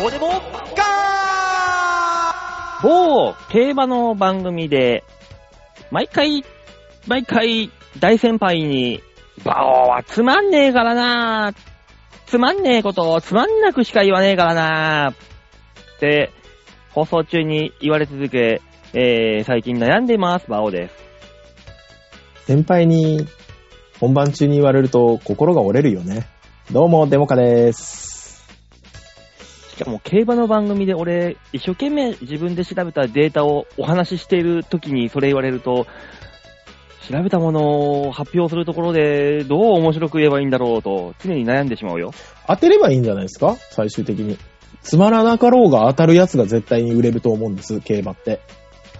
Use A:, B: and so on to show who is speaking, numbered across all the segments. A: どうでもガー
B: 某競馬の番組で、毎回、毎回、大先輩に、バオはつまんねえからなつまんねえことをつまんなくしか言わねえからなって、放送中に言われ続け、えー、最近悩んでいます、バオです。
C: 先輩に本番中に言われると心が折れるよね。どうも、デモカです。
B: しかも競馬の番組で俺、一生懸命自分で調べたデータをお話ししている時にそれ言われると、調べたものを発表するところでどう面白く言えばいいんだろうと常に悩んでしまうよ。
C: 当てればいいんじゃないですか最終的に。つまらなかろうが当たるやつが絶対に売れると思うんです、競馬って。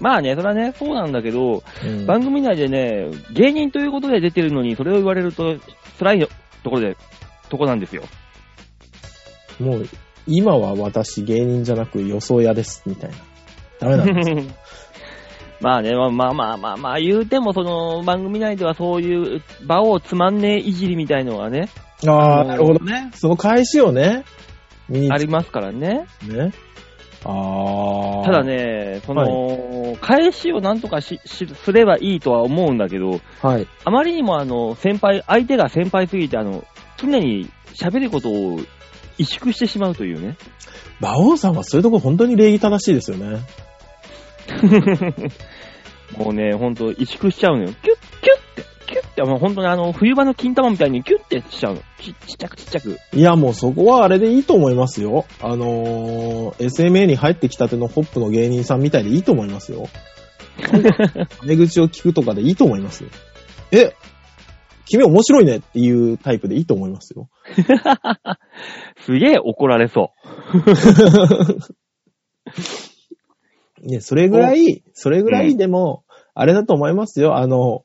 B: まあね、それはね、そうなんだけど、
C: うん
B: 番組内でね、芸人ということで出てるのにそれを言われると辛いよところで、とこなんですよ。
C: もう、今は私芸人じゃなく予想屋です、みたいな。ダ メなんです。
B: まあね、まあまあまあまあ、まあ、言うてもその番組内ではそういう場をつまんねえいじりみたいのがね、
C: ああ、なるほど。
A: ね。
C: その返しをね、見に
B: あ
C: 行
B: りますからね。
C: ね。ああ。
B: ただ。ね、その、返しをなんとかししすればいいとは思うんだけど、
C: はい。
B: あまりにもあの、先輩、相手が先輩すぎて、あの、常に喋ることを萎縮してしまうというね。
C: 馬王さんはそういうとこ本当に礼儀正しいですよね。
B: もうね、ほんと、萎縮しちゃうのよ。キュッ、キュッって、キュッって、もうほんとにあの、冬場の金玉みたいにキュッってしちゃうの。ちちっちゃくちっちゃく。
C: いや、もうそこはあれでいいと思いますよ。あのー、SMA に入ってきたてのホップの芸人さんみたいでいいと思いますよ。タメ口を聞くとかでいいと思いますよ。え、君面白いねっていうタイプでいいと思いますよ。
B: すげえ怒られそ
C: ね、それぐらい、それぐらいでも、あれだと思いますよ。あの、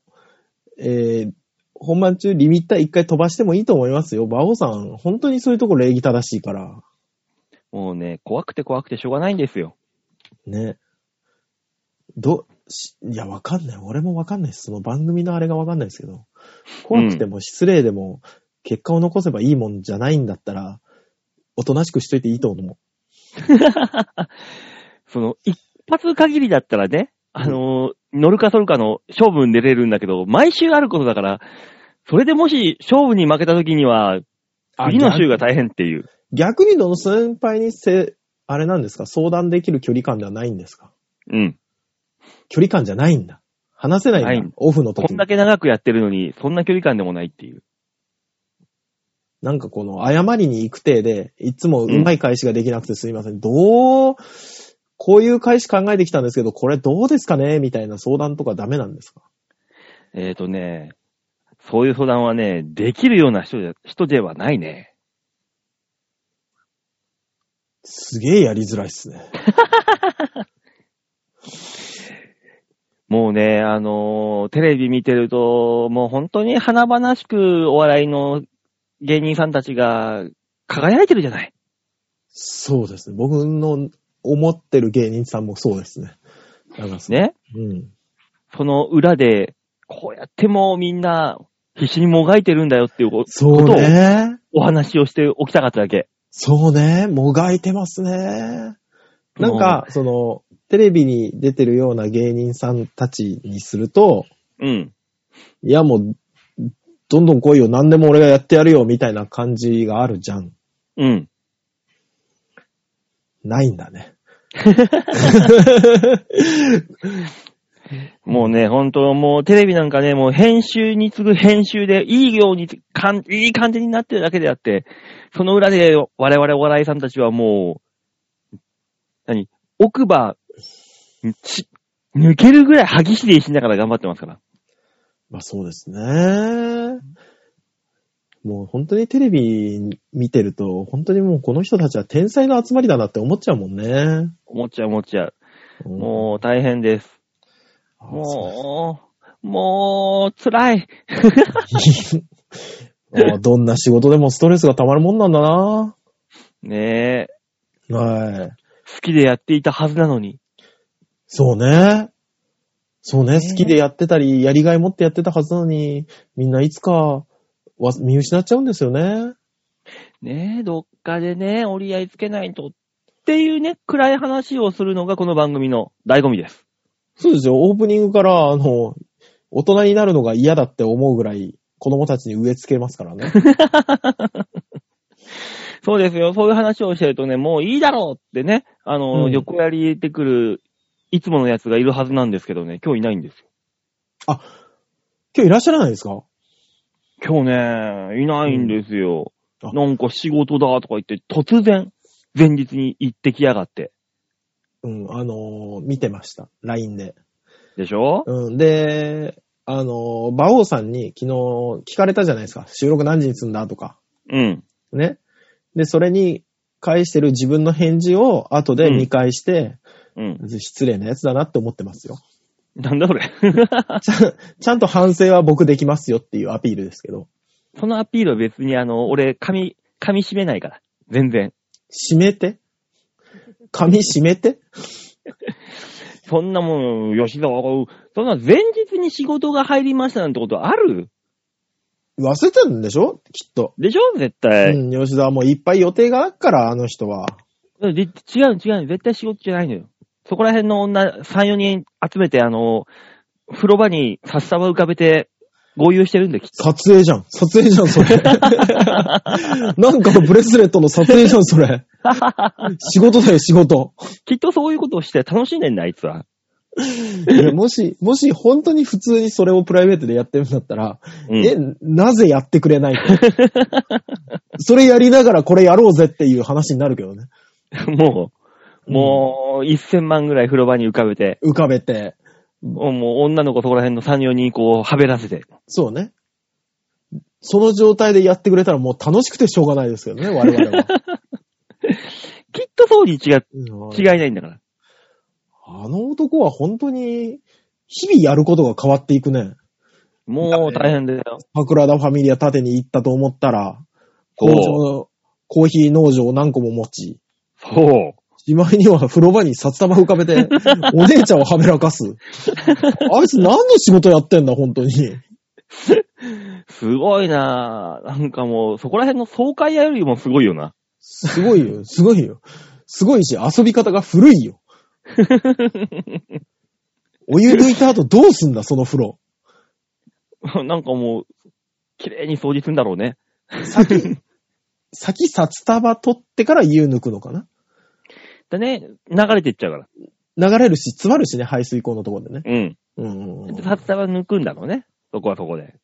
C: えー本番中リミッター一回飛ばしてもいいと思いますよ。馬王さん、本当にそういうとこ礼儀正しいから。
B: う。もうね、怖くて怖くてしょうがないんですよ。
C: ね。ど、しいや、わかんない。俺もわかんないです。その番組のあれがわかんないですけど。怖くても失礼でも、結果を残せばいいもんじゃないんだったら、おとなしくしといていいと思
B: その、一発限りだったらね、あのー乗るかそるかの勝負に出れるんだけど、毎週あることだから、それでもし勝負に負けた時には、
C: う。
B: 次の週が
C: 逆
B: 大変っていう。
C: 逆にどの先輩にせ、あれなんですか相談できる距離感ではないんですか
B: うん。
C: 距離感じゃないんだ。話せないんだ。
B: はい
C: オフの
B: こ
C: 時
B: ん
C: に
B: だ。け長くやってるのに、そんな距離感でもないっていう。
C: なんかこの、謝りに行く体で、いつもうまい返しができなくてすいません。どう、こういう返し考えてきたんですけど、これどうですかねみたいな相談とかダメなんですか
B: えーとね、そういう相談はね、できるような人じゃ、人ではないね。
C: すげえやりづらいっすね。
B: もうね、あのーテレビ見てると、もう本当に華々しくお笑いの芸人さんたちが輝いてるじゃない。
C: そうですね。僕の思ってる芸人さんもそうですね。なんかそう
B: ね。
C: うん。
B: その裏で、こうやってもうみんな必死にもがいてるんだよっていうこ
C: そう
B: ことを
C: ね。
B: お話をしておきたかっただけ。
C: そうね。もがいてますね。なんか、その、テレビに出てるような芸人さんたちにすると、
B: うん。
C: いやもう、どんどん来いよ、何でも俺がやってやるよ、みたいな感じがあるじゃん。
B: うん。
C: ないんだね。
B: もうね、本当もうテレビなんかね、もう編集に次ぐ編集で、いいように、かん、いい感じになってるだけであって、その裏で我々お笑いさんたちはもう、何奥歯、ち抜けるぐらい歯ぎしりしながら頑張ってますから。
C: まあそうですね。もう本当にテレビ見てると、本当にもうこの人たちは天才の集まりだなって思っちゃうもんね。
B: 思っちゃう思っちゃう。
C: うん
B: もう大変です。
C: あそ
B: もう、もう、辛い。
C: う あどんな仕事でもストレスが溜まるもんなんだな。
B: ねえ。
C: はい。
B: 好きでやっていたはずなのに。
C: そうね。そう
B: ね
C: ね。好きでやってたり、やりがい持ってやってたはずなのに、みんないつかわ見失っちゃうんですよね。
B: ねえ、どっかでね、折り合いつけないとっっていうね、暗い話をするのがこの番組の醍醐味です。
C: そうですよ、オープニングから、あの、大人になるのが嫌だって思うぐらい、子供たちに植え付けますから ね。
B: そうですよ。そういう話をしてるとね、もういいだろうってね、あの、
C: うん
B: 横やり入れてくる、いつものやつがいるはずなんですけどね、今日いないんですよ。
C: 今日いらっしゃらないですか
B: 今日ね、いないんですよ。
C: うんあ
B: なんか仕事だとか言って、突然、前日に行ってきやがって。
C: うん、あのー見てました。LINE で。
B: でしょ
C: うん、で、あのー馬王さんに昨日聞かれたじゃないですか。収録何時にすんだとか。
B: うん。
C: ね。で、それに返してる自分の返事を後で見返して、
B: うん。
C: 失礼なやつだなって思ってますよ。
B: なんだそれ。
C: ちゃん ちゃんと反省は僕できますよっていうアピールですけど。
B: そのアピールは別にあの、俺、髪、髪締めないから。全然。
C: 締めて髪締めて
B: そんなもん、吉沢が、そんな前日に仕事が入りましたなんてことある
C: 忘れてるんでしょきっと。
B: でしょ絶対。
C: うん、吉田はもういっぱい予定があるから、あの人は。
B: うんで違う違う。絶対仕事じゃないのよ。そこら辺の女、3、4人集めて、あの、風呂場に札束浮かべて、合流してるんで、きっと。
C: 撮影じゃん。撮影じゃん、そ れ。なんかブレスレットの撮影じゃん、そ れ。仕事だよ、仕事。
B: きっとそういうことをして楽しんでんだ、あいつは。
C: いやもし、もし本当に普通にそれをプライベートでやってるんだったら、
B: うん
C: え、なぜやってくれないと。それやりながらこれやろうぜっていう話になるけどね。
B: もう、もう、1000万ぐらい風呂場に浮かべて、
C: 浮かべて。
B: もうもう女の子そこら辺の3、4人こう、はべらせて。
C: そうね。その状態でやってくれたらもう楽しくてしょうがないですけどね、我 々は。
B: きっとそうに違う、
C: うん
B: 違いないんだから。
C: あの男は本当に、日々やることが変わっていくね。
B: もう大変だよ。
C: 桜田ファミリア縦に行ったと思ったら、工場
B: そう。
C: のコーヒー農場を何個も持ち、
B: そう。
C: しまいには風呂場に札束浮かべて、お姉ちゃんをはめらかす。あいつ何の仕事やってんだ、本当に。
B: すごいなぁ。なんかもう、そこら辺の爽快屋よりもすごいよな。
C: すごいよ、すごいよ。すごいし、遊び方が古いよ。お湯抜いた後どうすんだ、その風呂。
B: なんかもう、綺麗に掃除するんだろうね。
C: 先、先札束取ってから湯抜くのかな
B: でね、流れてっちゃうから。
C: 流れるし、詰まるしね、排水溝のところでね。
B: うん。
C: うんうんうん。
B: 札束抜くんだろうね。そこはそこで。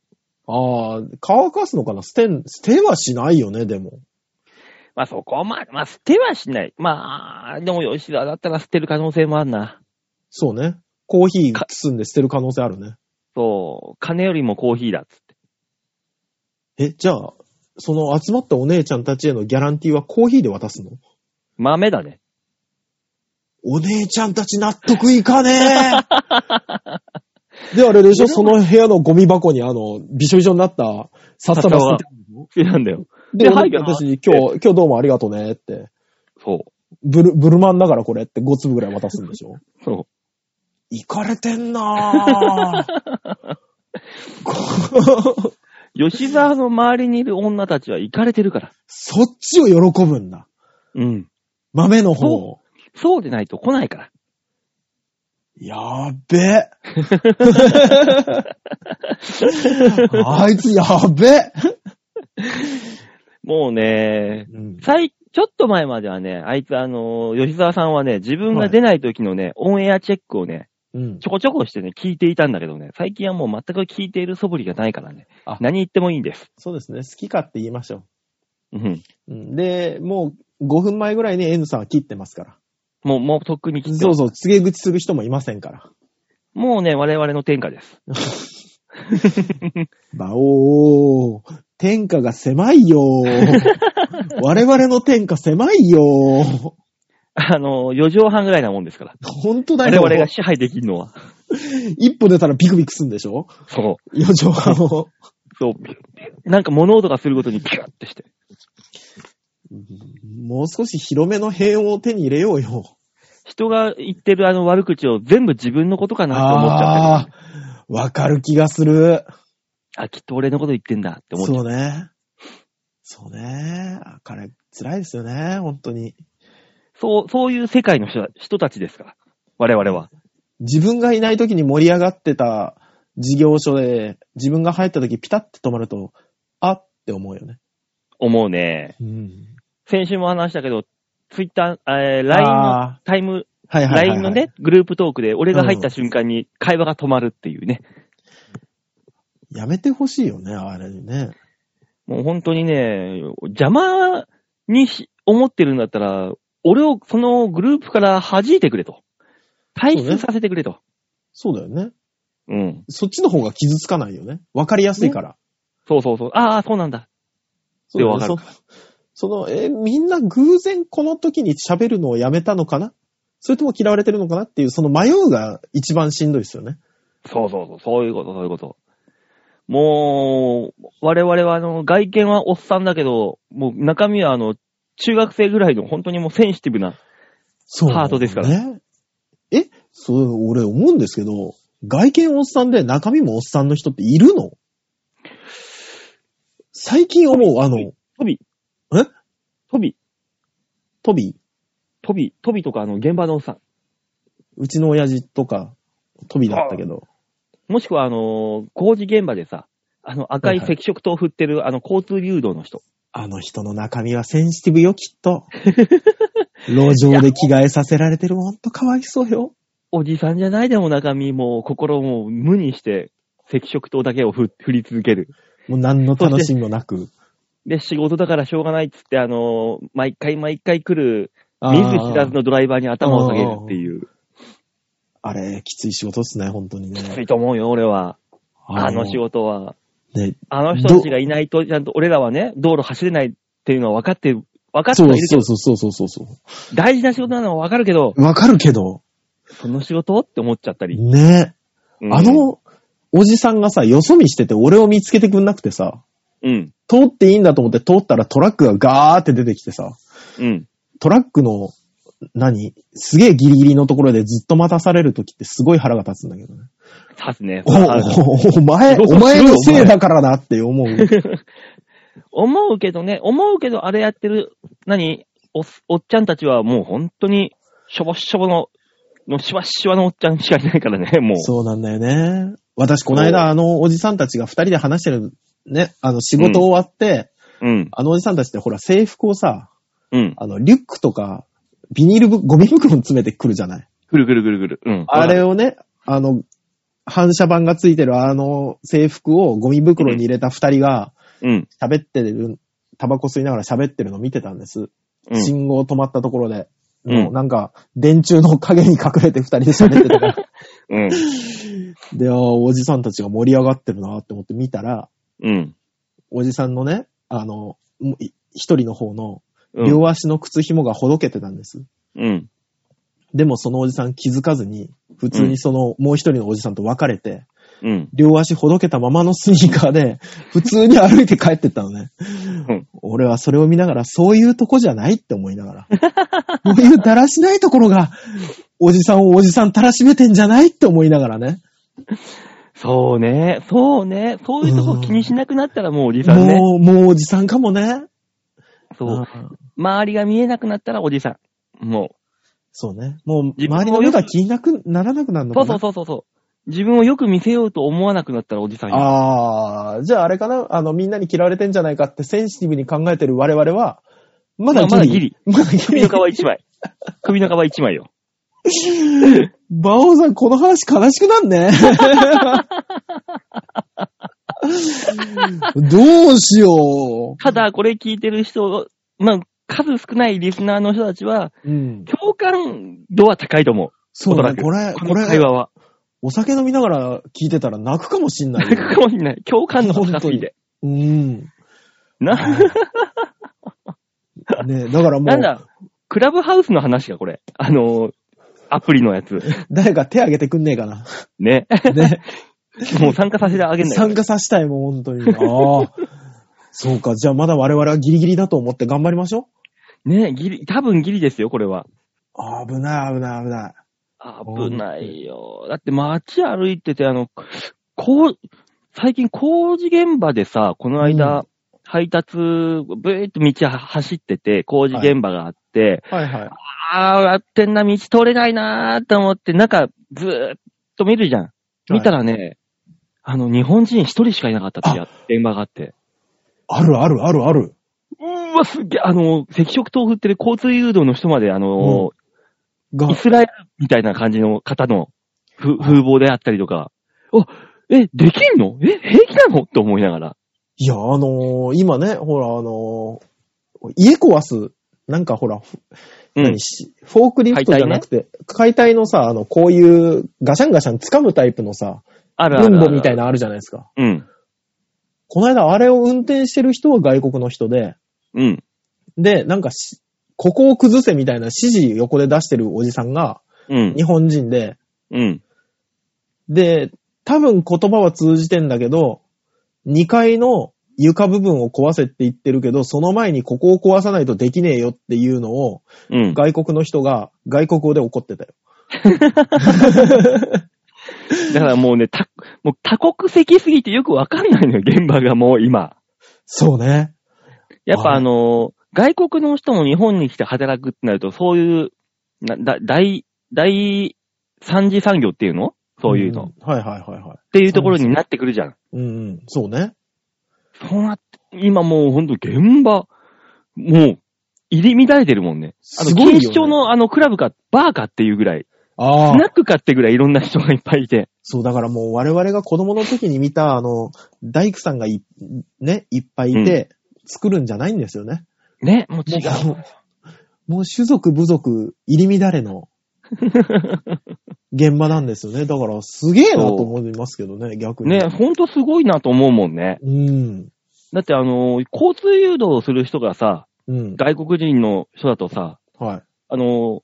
C: ああ、乾かすのかな捨てん、捨てはしないよね、でも。
B: まあそこはまあ、まあ捨てはしない。まあ、でも吉田だったら捨てる可能性もあるな。
C: そうね。コーヒー包んで捨てる可能性あるね。
B: そう、金よりもコーヒーだっつって。
C: え、じゃあ、その集まったお姉ちゃんたちへのギャランティーはコーヒーで渡すの
B: 豆だね。
C: お姉ちゃんたち納得い かねえで、あれでしょその部屋のゴミ箱にあの、びしょびしょになった札束捨てて
B: 好きなんだよ。
C: で、
B: ではいじゃあ
C: 私に今日、今日どうもありがとねって。
B: そ
C: ブル、ブルマンだからこれって5粒ぐらい渡すんでしょ
B: う。そ
C: 行かれてん なぁ。こう
B: う。吉沢の周りにいる女たちはイカれてるから。
C: そっちを喜ぶんだ。
B: うん。
C: 豆の方を。
B: そうでないと来ないから。
C: やっ べ。あいつやっべ。
B: もうね、
C: うん
B: 最、ちょっと前まではね、あいつあのー吉沢さんはね、自分が出ない時のね、オンエアチェックをね、
C: うん
B: ちょこちょこしてね、聞いていたんだけどね、最近はもう全く聞いている素振りがないからね
C: あ、
B: 何言ってもいいんです。
C: そうですね。好きかって言いましょ
B: うん。
C: う。うんで、もう5分前ぐらいに N さんは切ってますから。
B: もう、もうとっくに聞いて
C: そうそう、告げ口する人もいませんから。
B: もうね、我々の天下です。
C: バオー、天下が狭い よー。我々の天下狭いよー。
B: あのー、4畳半ぐらいなもんですから。
C: 本当だ
B: 我
C: よ。
B: 々が支配できるのは。
C: 一歩出たらビクビクすんでしょ
B: そう。
C: 余剰を。
B: そう。ピュッピュッなんか物音がするごとにピュッってして。
C: もう少し広めの平穏を手に入れようよ。
B: 人が言ってるあの悪口を全部自分のことかなって思っちゃってる。
C: あー、わかる気がする。
B: あ、きっと俺のこと言ってんだって思っちゃう
C: そうね。そうね。あ彼、辛いですよね、本当に。
B: そう、そういう世界の人人たちですから。我々は。
C: 自分がいない時に盛り上がってた事業所で、自分が入った時ピタッて止まると、あって思うよね。
B: 思うね。
C: うん。
B: 先週も話したけど、ツイッター、えー、LINE の
C: あ
B: タイム、
C: ーはいはいはい、はい。
B: LINE のね、グループトークで、俺が入った瞬間に会話が止まるっていうね。
C: やめてほしいよね、あれね。
B: もう本当にね、邪魔にし思ってるんだったら、俺をそのグループから弾いてくれと。退
C: そうね
B: 出させてくれと。
C: そうだよね。
B: うん。
C: そっちの方が傷つかないよね。わかりやすいから。
B: そうそうそう。ああ、そうなんだ。
C: そうだよね
B: でわ
C: そその、え、みんな偶然この時に喋るのをやめたのかなそれとも嫌われてるのかなっていう、その迷うが一番しんどいですよね。
B: そうそうそう。そういうこと、そういうこと。もう、我々はあの、外見はおっさんだけど、もう中身はあの、中学生ぐらいの本当にもうセンシティブな。
C: そう、
B: ハートですから
C: ね。え、そう、俺思うんですけど、外見おっさんで中身もおっさんの人っているの最近思う、あの、
B: 飛び。
C: え
B: 飛び、
C: トビー、
B: 飛び、飛びとかあの、現場のおっさん。
C: うちの親父とか、トビーだったけど、
B: もしくはあの、工事現場でさ、あの、赤い赤色灯を振ってる、あの、交通誘導の人。
C: あの人の中身はセンシティブよ、きっ と。路上で着替えさせられてる、ほんとかわいそうよ。
B: おじさんじゃないでも中身も心も無にして、赤色灯だけを振振り続ける。
C: もう何の楽しみもなく。
B: で、仕事だからしょうがないっつって、あの、毎回毎回来る、
C: あ
B: 見
C: ー
B: ず知らずのドライバーに頭を下げるっていう。
C: あれ、きつい仕事っすね、本当に
B: きつ
C: ね。
B: いと思うよ、俺は。あの仕事は。
C: ね、
B: あの人たちがいないと、ちゃんと俺らはね、道路走れないっていうのは分かって、分かって
C: そ
B: はいうるけ
C: そうそうそうそうそ
B: ど、大事な仕事なのは分かるけど、
C: う。わかるけど、
B: その仕事って思っちゃったり。
C: ね、
B: うん
C: あ、の、おじさんがさ、よそ見してて俺を見つけてくんなくてさ、
B: うん、
C: 通っていいんだと思って通ったらトラックがガーって出てきてさ、
B: うん。
C: トラックの、何すげえギリギリのところでずっと待たされるときってすごい腹が立つんだけどね。
B: 立つね。
C: おおお前、お前のせいだからなって思う。
B: 思うけどね、思うけど、あれやってる、何おっ、おっちゃんたちはもう本当に、しょぼしょぼの、のしわしわのおっちゃんしかいないからね、もう。
C: そうなんだよね。私、この間、あの、おじさんたちが二人で話してる、ね、あの、仕事終わって、
B: うん、
C: あのおじさんたちってほら、制服をさ、
B: うん。
C: あの、リュックとか、ビニールぶ、ゴミ袋に詰めてくるじゃない。
B: ぐるぐるぐるぐる。うん。
C: あれをね、あの、反射板がついてるあの制服をゴミ袋に入れた二人が
B: うん、
C: 喋ってる、タバコ吸いながら喋ってるの見てたんです。
B: うん。
C: 信号止まったところで。
B: うん
C: もうなんか、電柱の影に隠れて二人で喋ってた から。
B: うん。
C: で、あーおじさんたちが盛り上がってるなって思って見たら、
B: うん。
C: おじさんのね、あの、もうい一人の方の
B: うん。
C: 両足の靴紐がほどけてたんです。
B: うん。
C: でもそのおじさん気づかずに、普通にそのもう一人のおじさんと別れて、
B: うん。
C: 両足ほどけたままのスニーカーで、 普通に歩いて帰ってったのね。
B: うん
C: 俺はそれを見ながら、そういうとこじゃないって思いながら。こういうだらしないところが、おじさんをおじさんたらしめてんじゃないって思いながらね。
B: そうね、そうね、そういうとこ気にしなくなったらもうおじさんね。
C: もう、もうおじさんかもね。
B: そう。
C: ん
B: 周りが見えなくなったらおじさん。もう。
C: そうね。もう、
B: 自分を
C: 周りの目が気になくならなくなるのか
B: そ
C: な
B: うそうそうそうそう。自分をよく見せようと思わなくなったらおじさんよ。
C: ああ、じゃああれかなあの、みんなに嫌われてんじゃないかってセンシティブに考えてる我々は、まだ
B: まあ
C: ギリ。まだギリ。
B: 首の皮一枚。首の皮一枚 よ。
C: バオさん、この話悲しくなん ね。どうしよ
B: ただ、これ聞いてる人、まあ、数少ないリスナーの人たちは、
C: う。うん。
B: 共感度は高いと思
C: そう
B: おそ
C: ね、
B: らく
C: これ、
B: う。こ
C: こ
B: の会
C: れ、
B: 話は。
C: お酒飲みながら聞いてたら泣くかもしんない
B: 泣
C: よ。
B: くかもしれない。共感度が高すぎて。
C: うん。
B: な、
C: ねだからも
B: なん
C: う、
B: だ、クラブハウスの話か、これ。あのー、アプリのやつ。
C: 誰か手挙げてくんねえか な。
B: ね。
C: ね。
B: もう参加させてあげんない
C: 参加させたいも ん、本当に。ああ。そうか。じゃあまだ我々はギリギリだと思って頑張りましょ
B: ね、ギリ、多分ギリですよ、これは。
C: う。あー危ない、危ない、危ない。
B: 危ないよ。だって街歩いてて、あの、こう、最近工事現場でさ、この間、配達、ブーっと道走ってて、工事現場があって、
C: はいはい。
B: あー、やってんな、道通れないなーと思って、中、ずーっと見るじゃん。見たらね、あの、日本人一人しかいなかったってや電話があって。
C: あるあるあるある。
B: うーわ、すっげえ、あの、赤色灯を振ってる交通誘導の人まで、あの、
C: が
B: イ、スラエルみたいな感じの方のふ風貌であったりとか、あ、え、できんのえ、平気なのって思いながら。
C: いや、あのー今ね、ほら、あのー家壊す、なんかほら、
B: うん
C: 何。しフォークリフトじゃなくて、解体,、のさ、あの、こういうガシャンガシャン掴むタイプのさ、
B: あるあるある
C: 分母みたいなのあるじゃないですか。
B: うん。
C: この間、あれを運転してる人は外国の人で、
B: うん。
C: で、なんかし、ここを崩せみたいな指示横で出してるおじさんが、
B: うん
C: 日。本人で、
B: うん。
C: で、多分言葉は通じてんだけど、2階の床部分を壊せって言ってるけど、その前にここを壊さないとできねえよっていうのを、
B: うん。
C: 外国の人が外国語で怒ってたよ。
B: だからもうね、た、もう多国籍すぎてよくわかんないのよ、現場がもう今。
C: そうね。
B: やっぱ
C: あー
B: あの、外国の人も日本に来て働くってなると、そういう、なだ、大、大三次産業っていうのそういうの、っ
C: んはいはいはいはい。
B: ていうところになってくるじゃん。
C: うんうん、そうね。
B: そうなって、今もうほんと現場、もう、入り乱れてるもんね。あの、
C: すごいよね
B: 錦糸町のあの、クラブか、バーかっていうぐらい、ス
C: あ
B: ナッ。クかってぐらいいろんな人がいっぱいいて。
C: そう、だからもう我々が子供の時に見た、あの、大工さんがい、ね、いっぱいいて、作るんじゃないんですよね。
B: ね、もう違う。
C: もう、もう種族、部族、入り乱れの現場なんですよね。だからすげえなと思いますけどね、逆に。
B: ね、ほんとすごいなと思うもんね。
C: うん。
B: だってあの、交通誘導をする人がさ、
C: うん。
B: 外国人の人だとさ、
C: はい。
B: あの、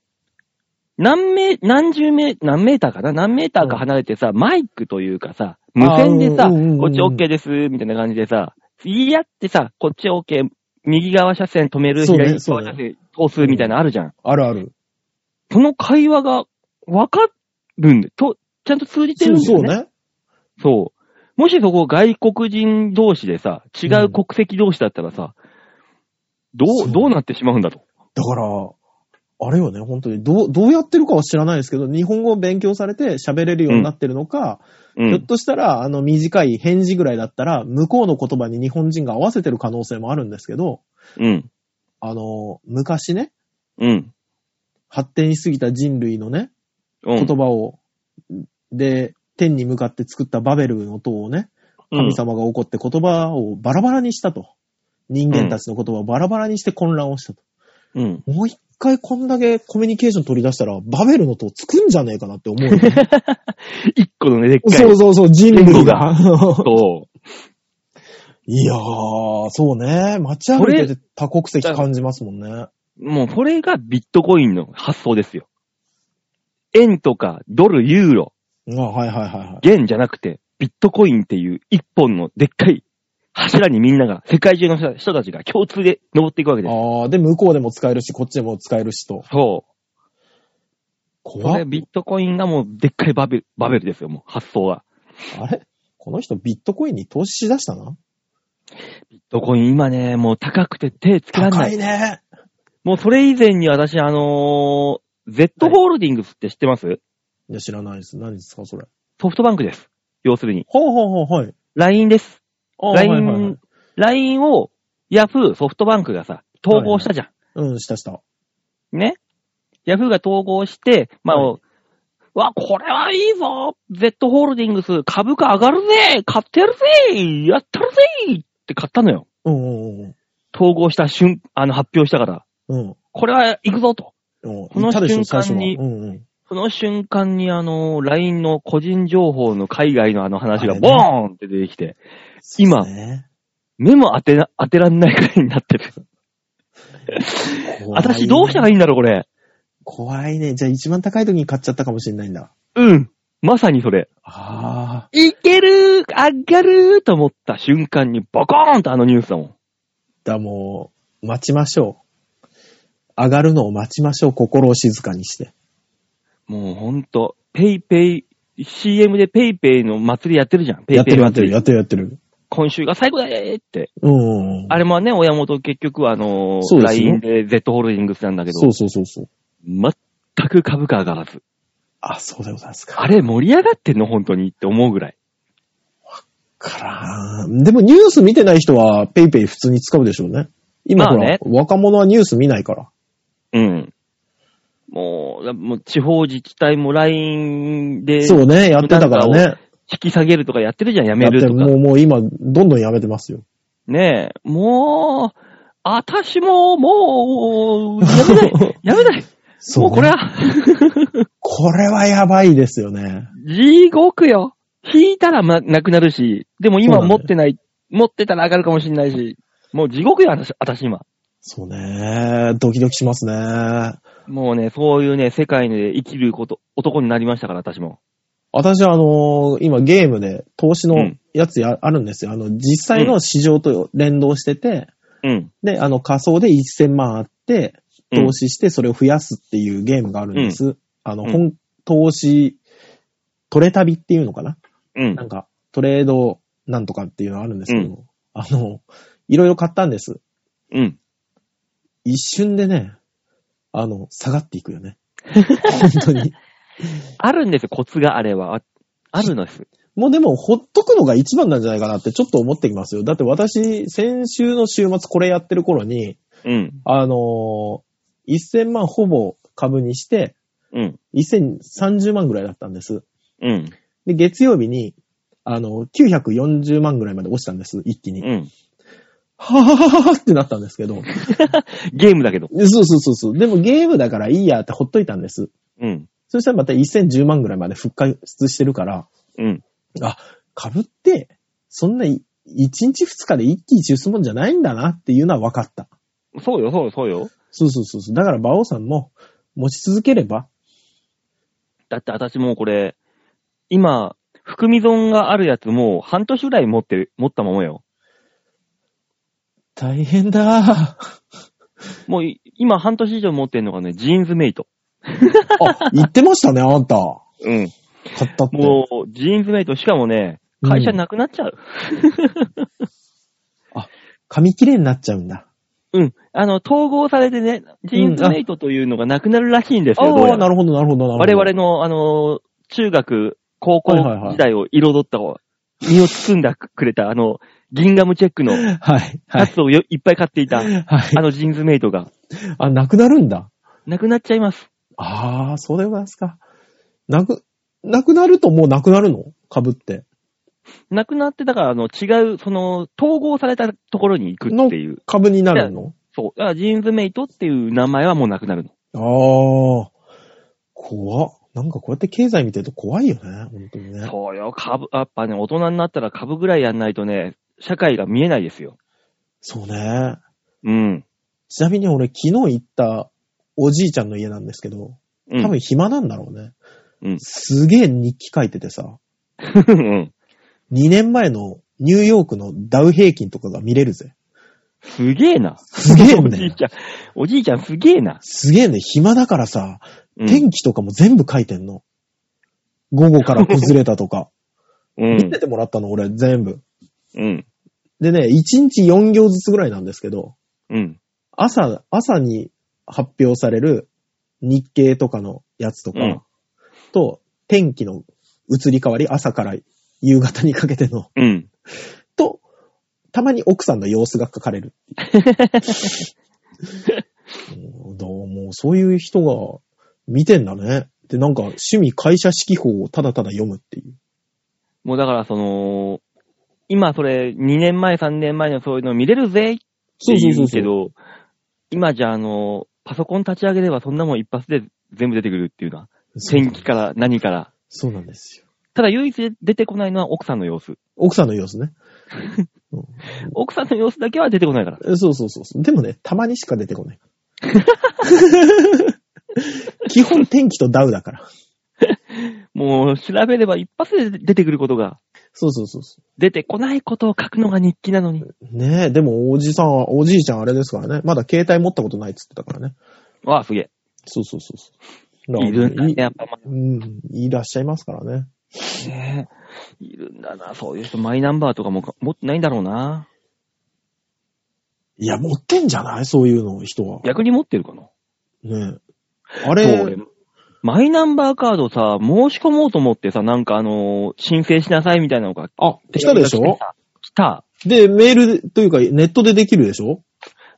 B: 何メ、何十メ、何メーターかな何メーターか離れてさ、マイクというかさ、無線で
C: あ
B: さ、
C: ーうんうんうん
B: こっち OK です、みたいな感じでさ、言い合ってさ、こっち OK、右側車線止める、
C: そうね
B: 左側車線通すみたいなのあるじゃん。
C: あるある。
B: その会話が分かるんで、と、ちゃんと通じてるんだ
C: そ
B: よ
C: う
B: ね。
C: ね。
B: そう。もしそこ外国人同士でさ、違う国籍同士だったらさ、ど、
C: そうう
B: どうなってしまうんだと。
C: だから、あれよね、本当に。どう、どうやってるかは知らないですけど、日本語を勉強されて喋れるようになってるのか、
B: う
C: ひょっ
B: ん。
C: としたら、あの、短い返事ぐらいだったら、向こうの言葉に日本人が合わせてる可能性もあるんですけど、
B: うん。
C: あの、昔ね、
B: うん。
C: 発展しすぎた人類のね、
B: うん。
C: 言葉を、で、天に向かって作ったバベルの塔をね、神様が怒って言葉をバラバラにしたと。人間たちの言葉をバラバラにして混乱をしたと。
B: うん。うん。
C: もう一回こんだけコミュニケーション取り出したら、バベルの塔作んじゃねえかなって思うよね。
B: 一個のね、でっかい。
C: そうそうそう、人類が。
B: そ
C: いやー、そうね。街歩いてて多国籍感じますもんね。
B: う。もうこれがビットコインの発想ですよ。円とかドル、ユーロ、
C: あはいはいはいはい。
B: 元じゃなくて、ビットコインっていう一本のでっかい柱にみんなが、世界中の人人たちが共通で登っていくわけです。
C: あー、で、向こうでも使えるし、こっちでも使えるしと。
B: そう。こ
C: 怖
B: れ
C: っ。
B: ビットコインがもうでっかいバベル、バベルですよ、もう発想は。
C: あれこの人ビットコインに投資しだしたな
B: ビットコイン今ね、もう高くて手つけらんな
C: 高
B: い。
C: いね。
B: もうそれ以前に私、あのー Z ホールディングスって知ってます、
C: いや、知らないです。何ですか、それ。
B: ソフトバンクです。要するに。
C: ほうほうほう、はい。
B: LINE です。
C: あーはいはいはい
B: LINE、LINE を Yahoo、ソフトバンクがさ、統合したじゃん。
C: うん、したした。
B: ね。Yahoo が統合して、まあ、
C: は
B: わ、これはいいぞ !Z ホールディングス、株価上がるぜ買ってやるぜやったるぜって買ったのよ。
C: うんうんうん
B: 統合した瞬、あの、発表したから。
C: うん。うん。
B: これは行くぞと。
C: うん
B: この
C: 言ったでし
B: 瞬
C: ょ
B: 間に
C: 最初はうんうん。
B: その瞬間にあの、LINE の個人情報の海外のあの話が
C: あれ
B: ボ
C: ね
B: ーンって出てきて、今
C: そうね
B: 目も当てな、当てらんないくらいになってる。私どうしたら
C: いい
B: いいんだろう、これ。
C: 怖いね。じゃあ一番高い時に買っちゃったかもしれないんだ。
B: うん。まさにそれ。
C: ああ。
B: いけるー上がるーと思った瞬間にボコーンとあのニュースだもん。
C: だ、もう、待ちましょう。上がるのを待ちましょう。心を静かにして。
B: もうほんと、ペイペイ、CM でペイペイの祭りやってるじゃん。ペ
C: や
B: イ
C: っ
B: ペ
C: て
B: イ
C: るやって
B: 祭
C: る
B: り。
C: やってるやってる。
B: 今週が最後だよって。
C: うん。
B: あれもね、親元結局はあの
C: そ、うですよ
B: LINE で Z ホールディングスなんだけ
C: そ
B: ど
C: う、そうそうそう。
B: 全く株価上がらず。
C: あ、そうでございますか。
B: あれ盛り上がってんの本当にって思うぐらい。
C: からーでもニュース見てない人はペイペイ普通に使うでしょうね。今
B: まあ
C: ほら、
B: ね
C: 若者はニュース見ないから。
B: うん。もう、だもう地方自治体も LINE で
C: そうね、やってたからね。
B: 引き下げるとかやってるじゃん、や
C: や
B: め
C: っ
B: る
C: て
B: とか
C: も。う、もう今、どんどんやめてますよ。
B: ねえ、もう、私も、もう、やめない、 やめない。
C: ね
B: もうこれは、
C: これはやばいですよね。
B: 地獄よ。引いたらま、なくなるし、でも今
C: そうなんだ
B: 持
C: よ
B: ってない、持ってたら上がるかもしれないし、もう地獄よ、私、私今。
C: そうね。ドキドキしますね。
B: もうね、そういうね、世界で生きること、男になりましたから、私も。
C: 私はあのー今ゲームで投資のやつや、あるんですよ。あの、実際の市場と連動してて、
B: うん。
C: で、あの、仮想で1000万あって、
B: うん
C: 投資してそれを増やすっていうゲームがあるんです。あの、
B: うん
C: 本、投資、トレ旅っていうのかな
B: うん
C: な。んか、トレードなんとかっていうのあるんですけど、
B: う
C: あの、いろいろ買ったんです。
B: うん。
C: 一瞬でね、あの、下がっていくよね。本当に。
B: あるんですよ、コツがあれは。ああるのです。
C: もうでも、ほっとくのが一番なんじゃないかなってちょっと思ってきますよ。だって私、先週の週末これやってる頃に、
B: うん。
C: あのー1000万ほぼ株にして、
B: うん。
C: 1030万ぐらいだったんです。
B: うん。
C: で、月曜日に、あの、940万ぐらいまで落ちたんです、一気に。
B: うん。
C: ははははってなったんですけど。
B: ゲームだけど。
C: そうそうそうそう。でもゲームだからいいやってほっといたんです。
B: うん。
C: そしたらまた1010万ぐらいまで復活してるから、
B: うん。
C: あ、株って、そんない1日2日で一気一憂するもんじゃないんだなっていうのは分かった。
B: そうよ、そうよ、そうよ。
C: そうそうそうそう。だから馬王さんも持ち続ければ、
B: だって私もうこれ、今、含み損があるやつもう半年ぐらい持ってる、持ったままよ。
C: 大変だ。
B: もうい今半年以上持ってんのがね、ジーンズメイト。
C: あ、言ってましたね、あんた。
B: うん。
C: 買ったって。
B: もう、ジーンズメイト、しかもね、会社なくなっちゃう。
C: 紙切れになっちゃうんだ。
B: うん。あの、統合されてね、ジーンズメイトというのがなくなるらしいんですよ、どう
C: あ
B: や
C: あ、
B: ら
C: なるほど、なるほど、なるほど。
B: 我々の、あの、中学、高校
C: はいはいはい
B: 時代を彩った、身を包んだくれた、あの、ギンガムチェックのシ
C: はい、は
B: ャ
C: い、
B: ツをよいっぱい買ってい た、あ
C: はい。
B: のジーンズメイトが、
C: あ、なくなるんだ。
B: なくなっちゃいます。
C: ああ、そうでございますか。なく、なくなるともうなくなるの株って。
B: なくなって、だから、あの、違う、その、統合されたところに行くっていう。
C: 株になるの
B: そう。だから、ジーンズメイトっていう名前はもうなくなるの。
C: ああ、怖っ。なんかこうやって経済見てると怖いよね。本当にね。
B: そうよ、株、やっぱね、大人になったら株ぐらいやんないとね、社会が見えないですよ。
C: そうね。
B: うん。
C: ちなみに俺昨日行ったおじいちゃんの家なんですけど、
B: うん
C: 多分暇なんだろうね。
B: うん
C: すげえ日記書いててさ、
B: うん。
C: 2年前のニューヨークのダウ平均とかが見れるぜ。
B: すげえな。
C: すげえ
B: おじい
C: ね。
B: ちゃん、おじいちゃんすげえな。
C: すげえね。暇だからさ、
B: うん
C: 天気とかも全部書いてんの。午後から崩れたとか。
B: うん
C: 見。ててもらったの、俺、全部。
B: うん。
C: でね、1日4行ずつぐらいなんですけど、
B: うん。
C: 朝、朝に発表される日経とかのやつとか、
B: うん
C: と、天気の移り変わり、朝から夕方にかけての、
B: うん。
C: と、たまに奥さんの様子が書か れるっていう。うんどうも、そういう人が見てんだね。で、なんか、趣味会社指揮法をただただ読むっていう。
B: もうだから、その、今それ、2年前、3年前のそういうの見れるぜって言うけど、今じゃあの、パソコン立ち上げればそんなもん一発で全部出てくるっていうのは、
C: そう
B: 天気から何から。
C: そうなんですよ。
B: ただ唯一出てこないのは奥さんの様子。
C: 奥さんの様子ね。うん
B: 奥さんの様子だけは出てこないから。
C: えそうそうそうそう。でもね、たまにしか出てこない。 基本天気とダウだから。
B: もう調べれば一発で出てくることが、
C: そうそうそうそ
B: 出てこないことを書くのが日記なのに。
C: う。ねえ、でもおじさんは、おじいちゃんあれですからね。まだ携帯持ったことないっつってたからね。
B: わあ、すげえ。
C: そうそうそうそう。だから
B: いるんだね、やっぱ。
C: うん、いらっしゃいますからね。
B: ねえ。いるんだな、そういう人。マイナンバーとかもか持ってないんだろうな。
C: いや、持ってんじゃないそういうの、人は。
B: 逆に持ってるかな。
C: ねえ。あ
B: もう俺
C: れ、
B: マイナンバーカードさ、申し込もうと思ってさ、なんかあのー申請しなさいみたいなのが
C: あ、来たでしょ
B: 来た。
C: で、メールというか、ネットでできるでしょ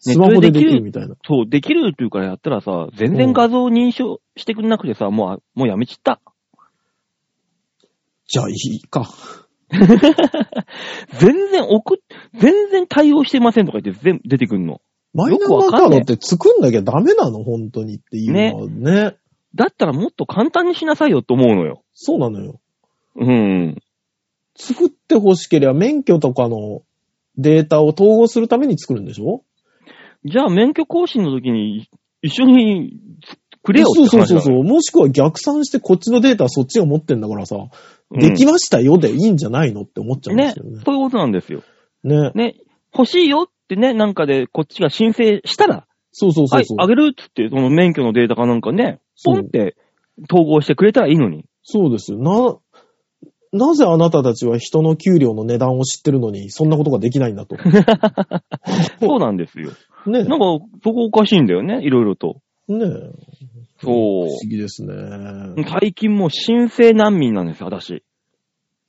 C: スマホでできるみたいな。
B: そう、できるっていうからやったらさ、全然画像認証してくれなくてさ、もうあ、もうやめちった。
C: じゃあ、いいか。
B: 全然送っ、全然対応してませんとか言って全部出てくんの。
C: マイナンバーカードって作んなきゃダメなの本当にっていうのはね。
B: だったらもっと簡単にしなさいよと思うのよ。
C: そうなのよ。
B: うん。
C: 作って欲しければ免許とかのデータを統合するために作るんでしょ
B: じゃあ免許更新の時に一緒にくれよっ
C: そう
B: て話
C: そう
B: なの
C: そうそう。もしくは逆算してこっちのデータはそっちが持ってんだからさ、
B: うん
C: できましたよでいいんじゃないのって思っちゃうんで
B: ね
C: すよね。
B: そういうことなんですよ。
C: ね。
B: ね。欲しいよってね、なんかでこっちが申請したら、
C: そうそうそうそう。
B: はい、あげるっつって、その免許のデータかなんかね、ポンって統合してくれたらいいのに。
C: そうですよ。な、なぜあなたたちは人の給料の値段を知ってるのに、そんなことができないんだ と。ほう
B: そうなんですよ。
C: ね。
B: なんか、そこおかしいんだよね、いろいろと。
C: ね
B: そ
C: 不思
B: う。
C: 議ですね。
B: 最近もう申請難民なんですよ、私。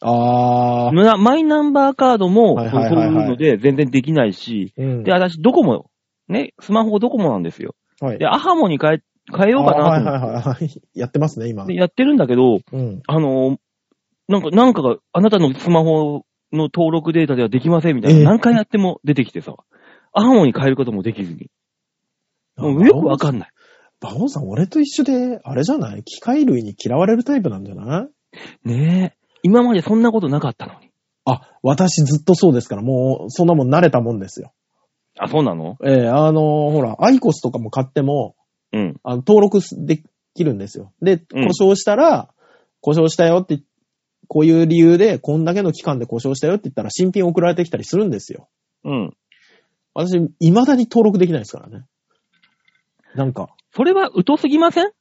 C: あー。
B: なマイナンバーカードも、
C: は
B: そう
C: い
B: そう
C: はいいはいはいう
B: ので全然できないし、
C: うん
B: で、私、ドコモ、ね、スマホドコモなんですよ。
C: はい
B: で、アハモに変え、変えようかな
C: あー
B: と思っ
C: はいはいはい はい。やってますね、今。
B: てやってるんだけど、
C: うん。
B: あのーなんか、なんかが、あなたのスマホの登録データではできませんみたい
C: ええ
B: な、何回やっても出てきてさ、アハモに変えることもできずに。もうよくわかんない。
C: バオンさん、俺と一緒で、あれじゃない機械類に嫌われるタイプなんじゃない
B: ねえ。今までそんなことなかったのに。
C: あ、私ずっとそうですから、もう、そんなもん慣れたもんですよ。
B: あ、そうなの
C: ええあのほら、アイコスとかも買っても、
B: うん。
C: あの登録できるんですよ。で、
B: うん
C: 故障したら、故障したよって、こういう理由で、こんだけの期間で故障したよって言ったら、新品送られてきたりするんですよ。
B: うん。
C: 私、未だに登録できないですからね。なんか、
B: それは疎すぎません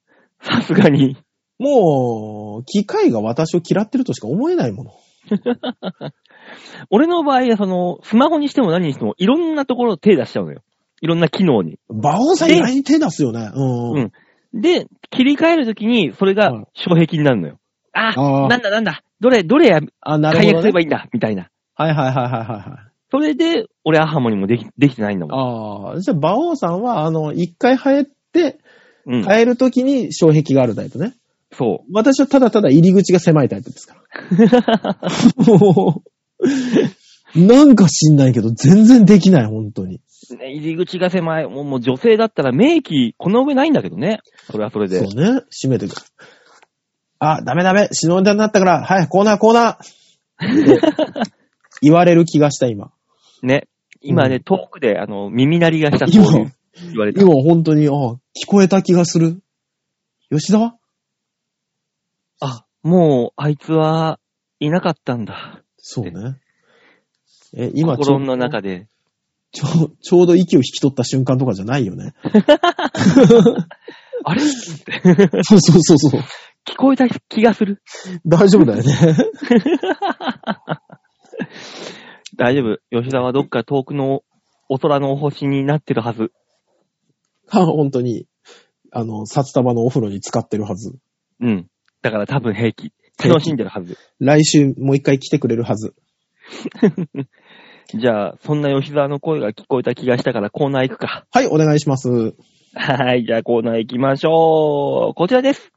B: さすがに。
C: もう、機械が私を嫌ってるとしか思えないもの。
B: 俺の場合は、その、スマホにしても何にしても、いろんなところ手出しちゃうのよ。いろんな機能に。
C: 馬王さん意外に手出すよね。うん。
B: うんで、切り替えるときに、それが
C: うん
B: 障壁になるのよ。あ、
C: あー
B: なんだなんだ、どれ、どれや、
C: あ、な
B: 解
C: る
B: 約
C: ほ
B: す
C: ど、
B: れば
C: ね。
B: いいんだ、みたいな。
C: はいはいはいはいはい。
B: それで、俺、アハモにもでき、できてないんだもん。
C: ああ、じゃあ、馬王さんは、あの、一回生えて、
B: うん。
C: 変えるときに障壁があるタイプね。
B: そ
C: 私はただただ入り口が狭いタイプですから。もうなんか知んないけど、全然できない、本当に。
B: う。ね、入り口が狭い。もう、もう女性だったら、名機、この上ないんだけどね。それはそれ
C: そう
B: で。
C: ね。閉めてく。あ、ダメダメ、忍んだになったから、はい、コーナーコーナー って言われる気がした、今。
B: ね。今ね、
C: うん
B: 遠くで、あの、耳鳴りがした
C: 今
B: そう言われた
C: 今。本当に、あ聞こえた気がする。吉沢
B: あ、もう、あいつは、いなかったんだ。
C: そうね。え、今
B: 今、
C: ちょ
B: 心の中で。
C: ちょ、ちょうど息を引き取った瞬間とかじゃないよね。
B: あれ
C: そうそうそうそう。
B: 聞こえた気がする。
C: 大丈夫だよね。
B: 大丈夫。吉田はどっか遠くのお空のお星になってるはず。
C: あ本当に、あの、札束のお風呂に使ってるはず。
B: うん。だから多分平気。
C: 平気
B: 楽しんでるはず。
C: 来週もう一回来てくれるはず。
B: じゃあ、そんな吉沢の声が聞こえた気がしたからコーナー行くか。
C: はい、お願いします。
B: はい、じゃあコーナー行きましょう。こちらです。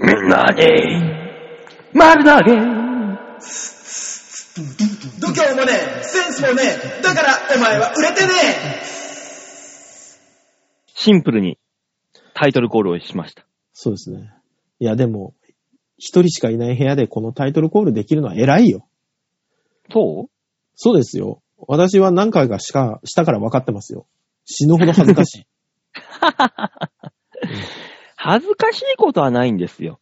B: みんなで、丸投げ
A: 度胸もねえセンスもねえだからお前は売れてね
B: シンプルにタイトルコールをしました。
C: そうですね。いや、でも、一人しかいない部屋でこのタイトルコールできるのは偉いよ。
B: そう
C: そうですよ。私は何回かしか、したから分かってますよ。死ぬほど恥ずかしい。
B: 恥ずかしいことはないんですよ。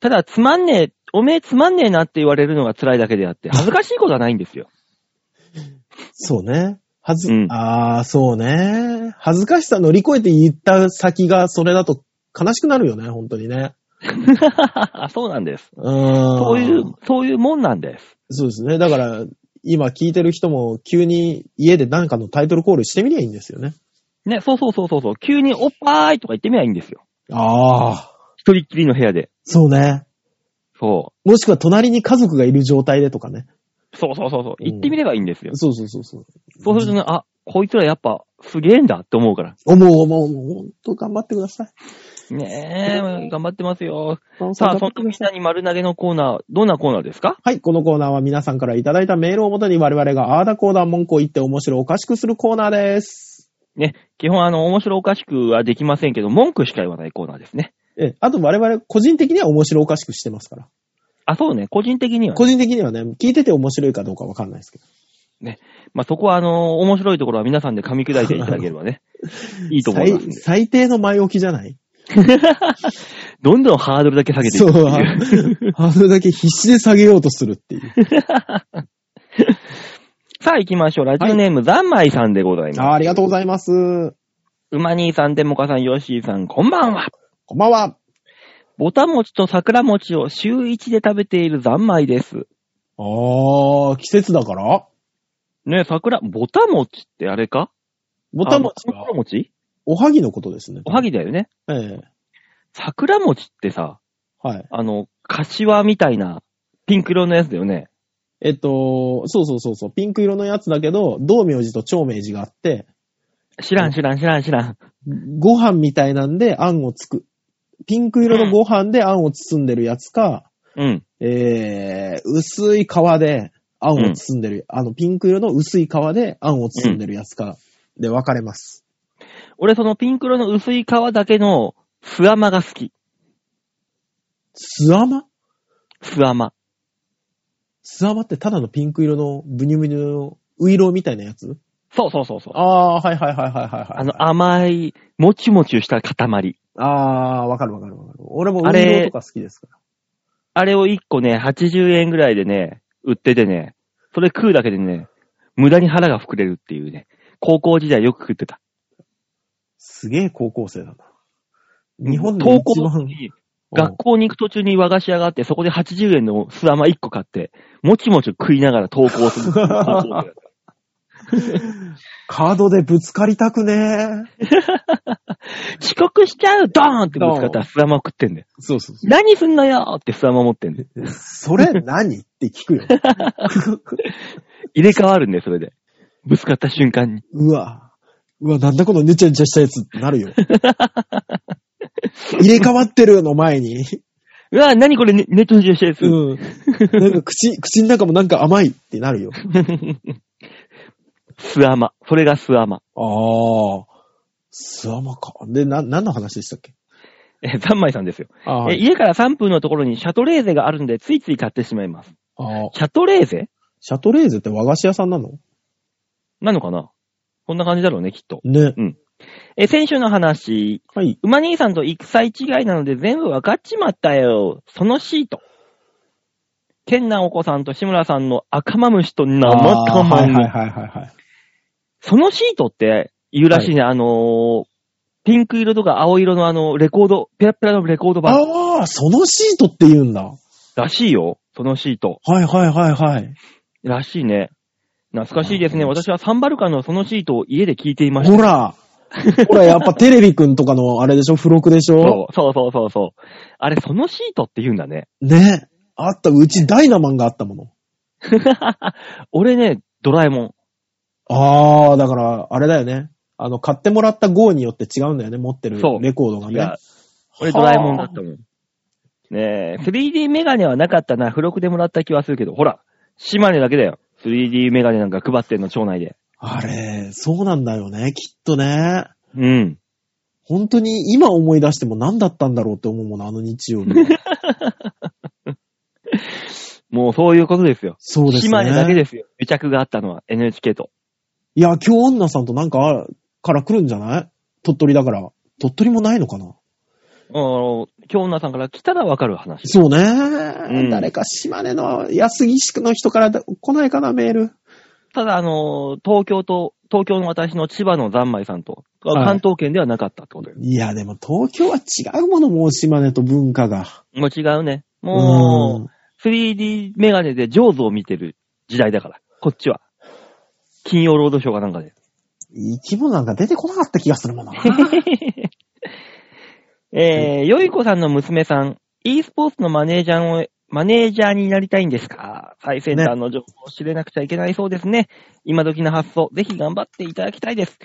B: ただ、つまんねえ、おめえつまんねえなって言われるのが辛いだけであって、恥ずかしいことはないんですよ。
C: そうね。はず、
B: うん
C: ああ、そうね。恥ずかしさ乗り越えて言った先がそれだと悲しくなるよね、本当にね。
B: あそうなんです。
C: うーん。
B: そういう、そういうもんなんです。
C: そうですね。だから、今聞いてる人も急に家で何かのタイトルコールしてみりゃいいんですよね。
B: ね、そうそうそうそうそう。急におっぱーいとか言ってみりゃいいんですよ。
C: ああ。
B: 一人っきりの部屋で。
C: そうね。
B: そ
C: もしくは隣に家族がいる状態でとかね。
B: う。そうそうそうそう。
C: うん
B: 言ってみればいいんですよ。
C: そうそうそうそう。
B: そうするとね、あ、こいつらやっぱすげえんだって思うから。
C: 思う思う思う。ほんと頑張ってください。
B: ねえ、頑張ってますよ。
C: さん
B: さあ、
C: 頑張
B: そ
C: っ
B: んな
C: てくだ
B: みん
C: さ
B: な
C: い
B: に丸投げのコーナー、どんなコーナーですか
C: はい、このコーナーは皆さんからいただいたメールをもとに我々があーだこーだ文句を言って面白おかしくするコーナーです。
B: ね、基本あの、面白おかしくはできませんけど、文句しか言わないコーナーですね。
C: え、あと我々個人的には面白おかしくしてますから。
B: あ、そうね、個人的にはね、
C: 個人的にはね、聞いてて面白いかどうかわかんないですけど。
B: まあ、そこはあの、面白いところは皆さんで噛み砕いていただければね、いいと思いますん
C: 最
B: で。
C: 最低の前置きじゃない
B: どんどんハードルだけ下げてい
C: そ
B: く
C: う
B: ってい、
C: あ
B: う。
C: あれだけ必死で下げようとするっていう。
B: さあ行きましょう。ラジオネーム、ざんまいさんでござい
C: あー
B: ます。
C: ありがとうございます。
B: うまにーさん、てもかさん、よっしーさん、こんばんは。
C: こんばんは。
B: ぼたもちと桜もちを週一で食べているざんまいです。
C: ああ、季節だから
B: ね、桜、ぼたもちってあれか
C: ボタンも
B: あの桜もち
C: おはぎのことですね。
B: おはぎだよね。
C: ええ
B: 桜もちってさ、
C: はい。
B: あの、柏みたいなピンク色のやつだよね。
C: えっと、そうそうそうそう、ピンク色のやつだけど、道明寺と長明寺があって、
B: 知らん知らん知らん知らん。
C: ご飯みたいなんで餡をつく。ピンク色のご飯で餡を包んでるやつか、
B: うん。
C: えー、薄い皮で餡を包んでる、あのピンク色の薄い皮で餡を包んでるやつか、で分かれます。
B: 俺そのピンク色の薄い皮だけのスアマが好き。
C: すあま
B: スアマ。
C: すあまってただのピンク色のブニュブニュのウイローみたいなやつ
B: そうそうそうそう。
C: ああ、はいはいはいはいはい、はい。
B: あの甘い、もちもちした塊。
C: あー、わかるわかるわかる。俺もウイ
B: あ
C: ロー
B: れ
C: とか好きですから。
B: あれを1個ね、80円ぐらいでね、売っててね、それ食うだけでね、無駄に腹が膨れるっていうね。高校時代よく食ってた。
C: すげえ高校生だな。日本で
B: 登
C: 一
B: 校
C: 番
B: の時、学校に行く途中に和菓子屋があって、そこで80円のスラマ1個買って、もちもち食いながら登校する。
C: カードでぶつかりたくねえ。
B: 遅刻しちゃうドーンってぶつかったらスラマを食ってんだよ。
C: そうそうそ
B: 何すんのよってスラマ持ってんだよ。
C: う。それ何って聞くよ。
B: 入れ替わるんだよ、それで。ぶつかった瞬間に。
C: うわ。うわ、なんだこのぬちゃぬちゃしたやつってなるよ。 入れ替わってるの前に。
B: うわ、何これ、ねネットのしたやつ。
C: うん。なんか口、口の中もなんか甘いってなるよ。
B: スアマ。それがスアマ。
C: ああ。すあまか。で、な、何の話でしたっけ
B: え、三枚さんですよ、
C: あ
B: え。家から3分のところにシャトレーゼがあるんで、ついつい買ってしまいます。
C: あー。
B: シャトレーゼ
C: シャトレーゼって和菓子屋さんなの
B: なのかなこんな感じだろうね、きっと。
C: ね。
B: え、先週の話、
C: はい。
B: 馬兄さんと育才違いなので全部わかっちまったよ。そのシート。ケンナお子さんと志村さんの赤マムシと生
C: あー
B: 玉
C: はい
B: に
C: はいはいはいはい。
B: そのシートって言うらしいね。あのーピンク色とか青色のあの、レコード、ペラペラのレコード版
C: ああ、そのシートって言うんだ。
B: らしいよ。そのシート。
C: はいはいはいはい。
B: らしいね。懐かしいですね。
C: あー
B: 私はサンバルカのそのシートを家で聞いていました。
C: ほら。ほら、やっぱテレビくんとかのあれでしょ付録でしょ
B: そうそうそうそうそう。あれ、そのシートって言うんだね。
C: ね。あった、うちダイナマンがあったもの。
B: 俺ね、ドラえもん。
C: ああ、だから、あれだよね。あの、買ってもらった号によって違うんだよね、持ってる
B: そう
C: レコードが
B: いや
C: ね。、
B: 俺ドラえもんだったもん。ねえ、3D メガネはなかったな。付録でもらった気はするけど、ほら、島根だけだよ。3D メガネなんか配ってんの、町内で。
C: あれ、そうなんだよね、きっとね。
B: うん。
C: 本当に今思い出しても何だったんだろうって思うもの、あの 日曜日。
B: もうそういうことですよ。
C: そうですね。
B: 島根だけですよ。癒着があったのは NHK と。
C: いや、今日女さんとなんかあ、から来るんじゃない鳥取だから。鳥取もないのかな
B: あの、京女さんから来たらわかる話。
C: そうね、
B: うん
C: 誰か島根の安木市区の人から来ないかな、メール。
B: ただ、あの、東京と、東京の私の千葉の三昧さんと、
C: はい
B: 関東圏ではなかったってことです。
C: いや、でも東京は違うもの、もう島根と文化が。
B: もう違うね。
C: うん
B: もう、3D メガネで上手を見てる時代だから、こっちは。金曜ロードショーかなんかで。
C: 生き物なんか出てこなかった気がするものな。
B: えー、よいこさんの娘さん、e スポーツのマネージャーを、マネージャーになりたいんですか最先端の情報を知れなくちゃいけないそうですね。今時の発想、ぜひ頑張っていただきたいです。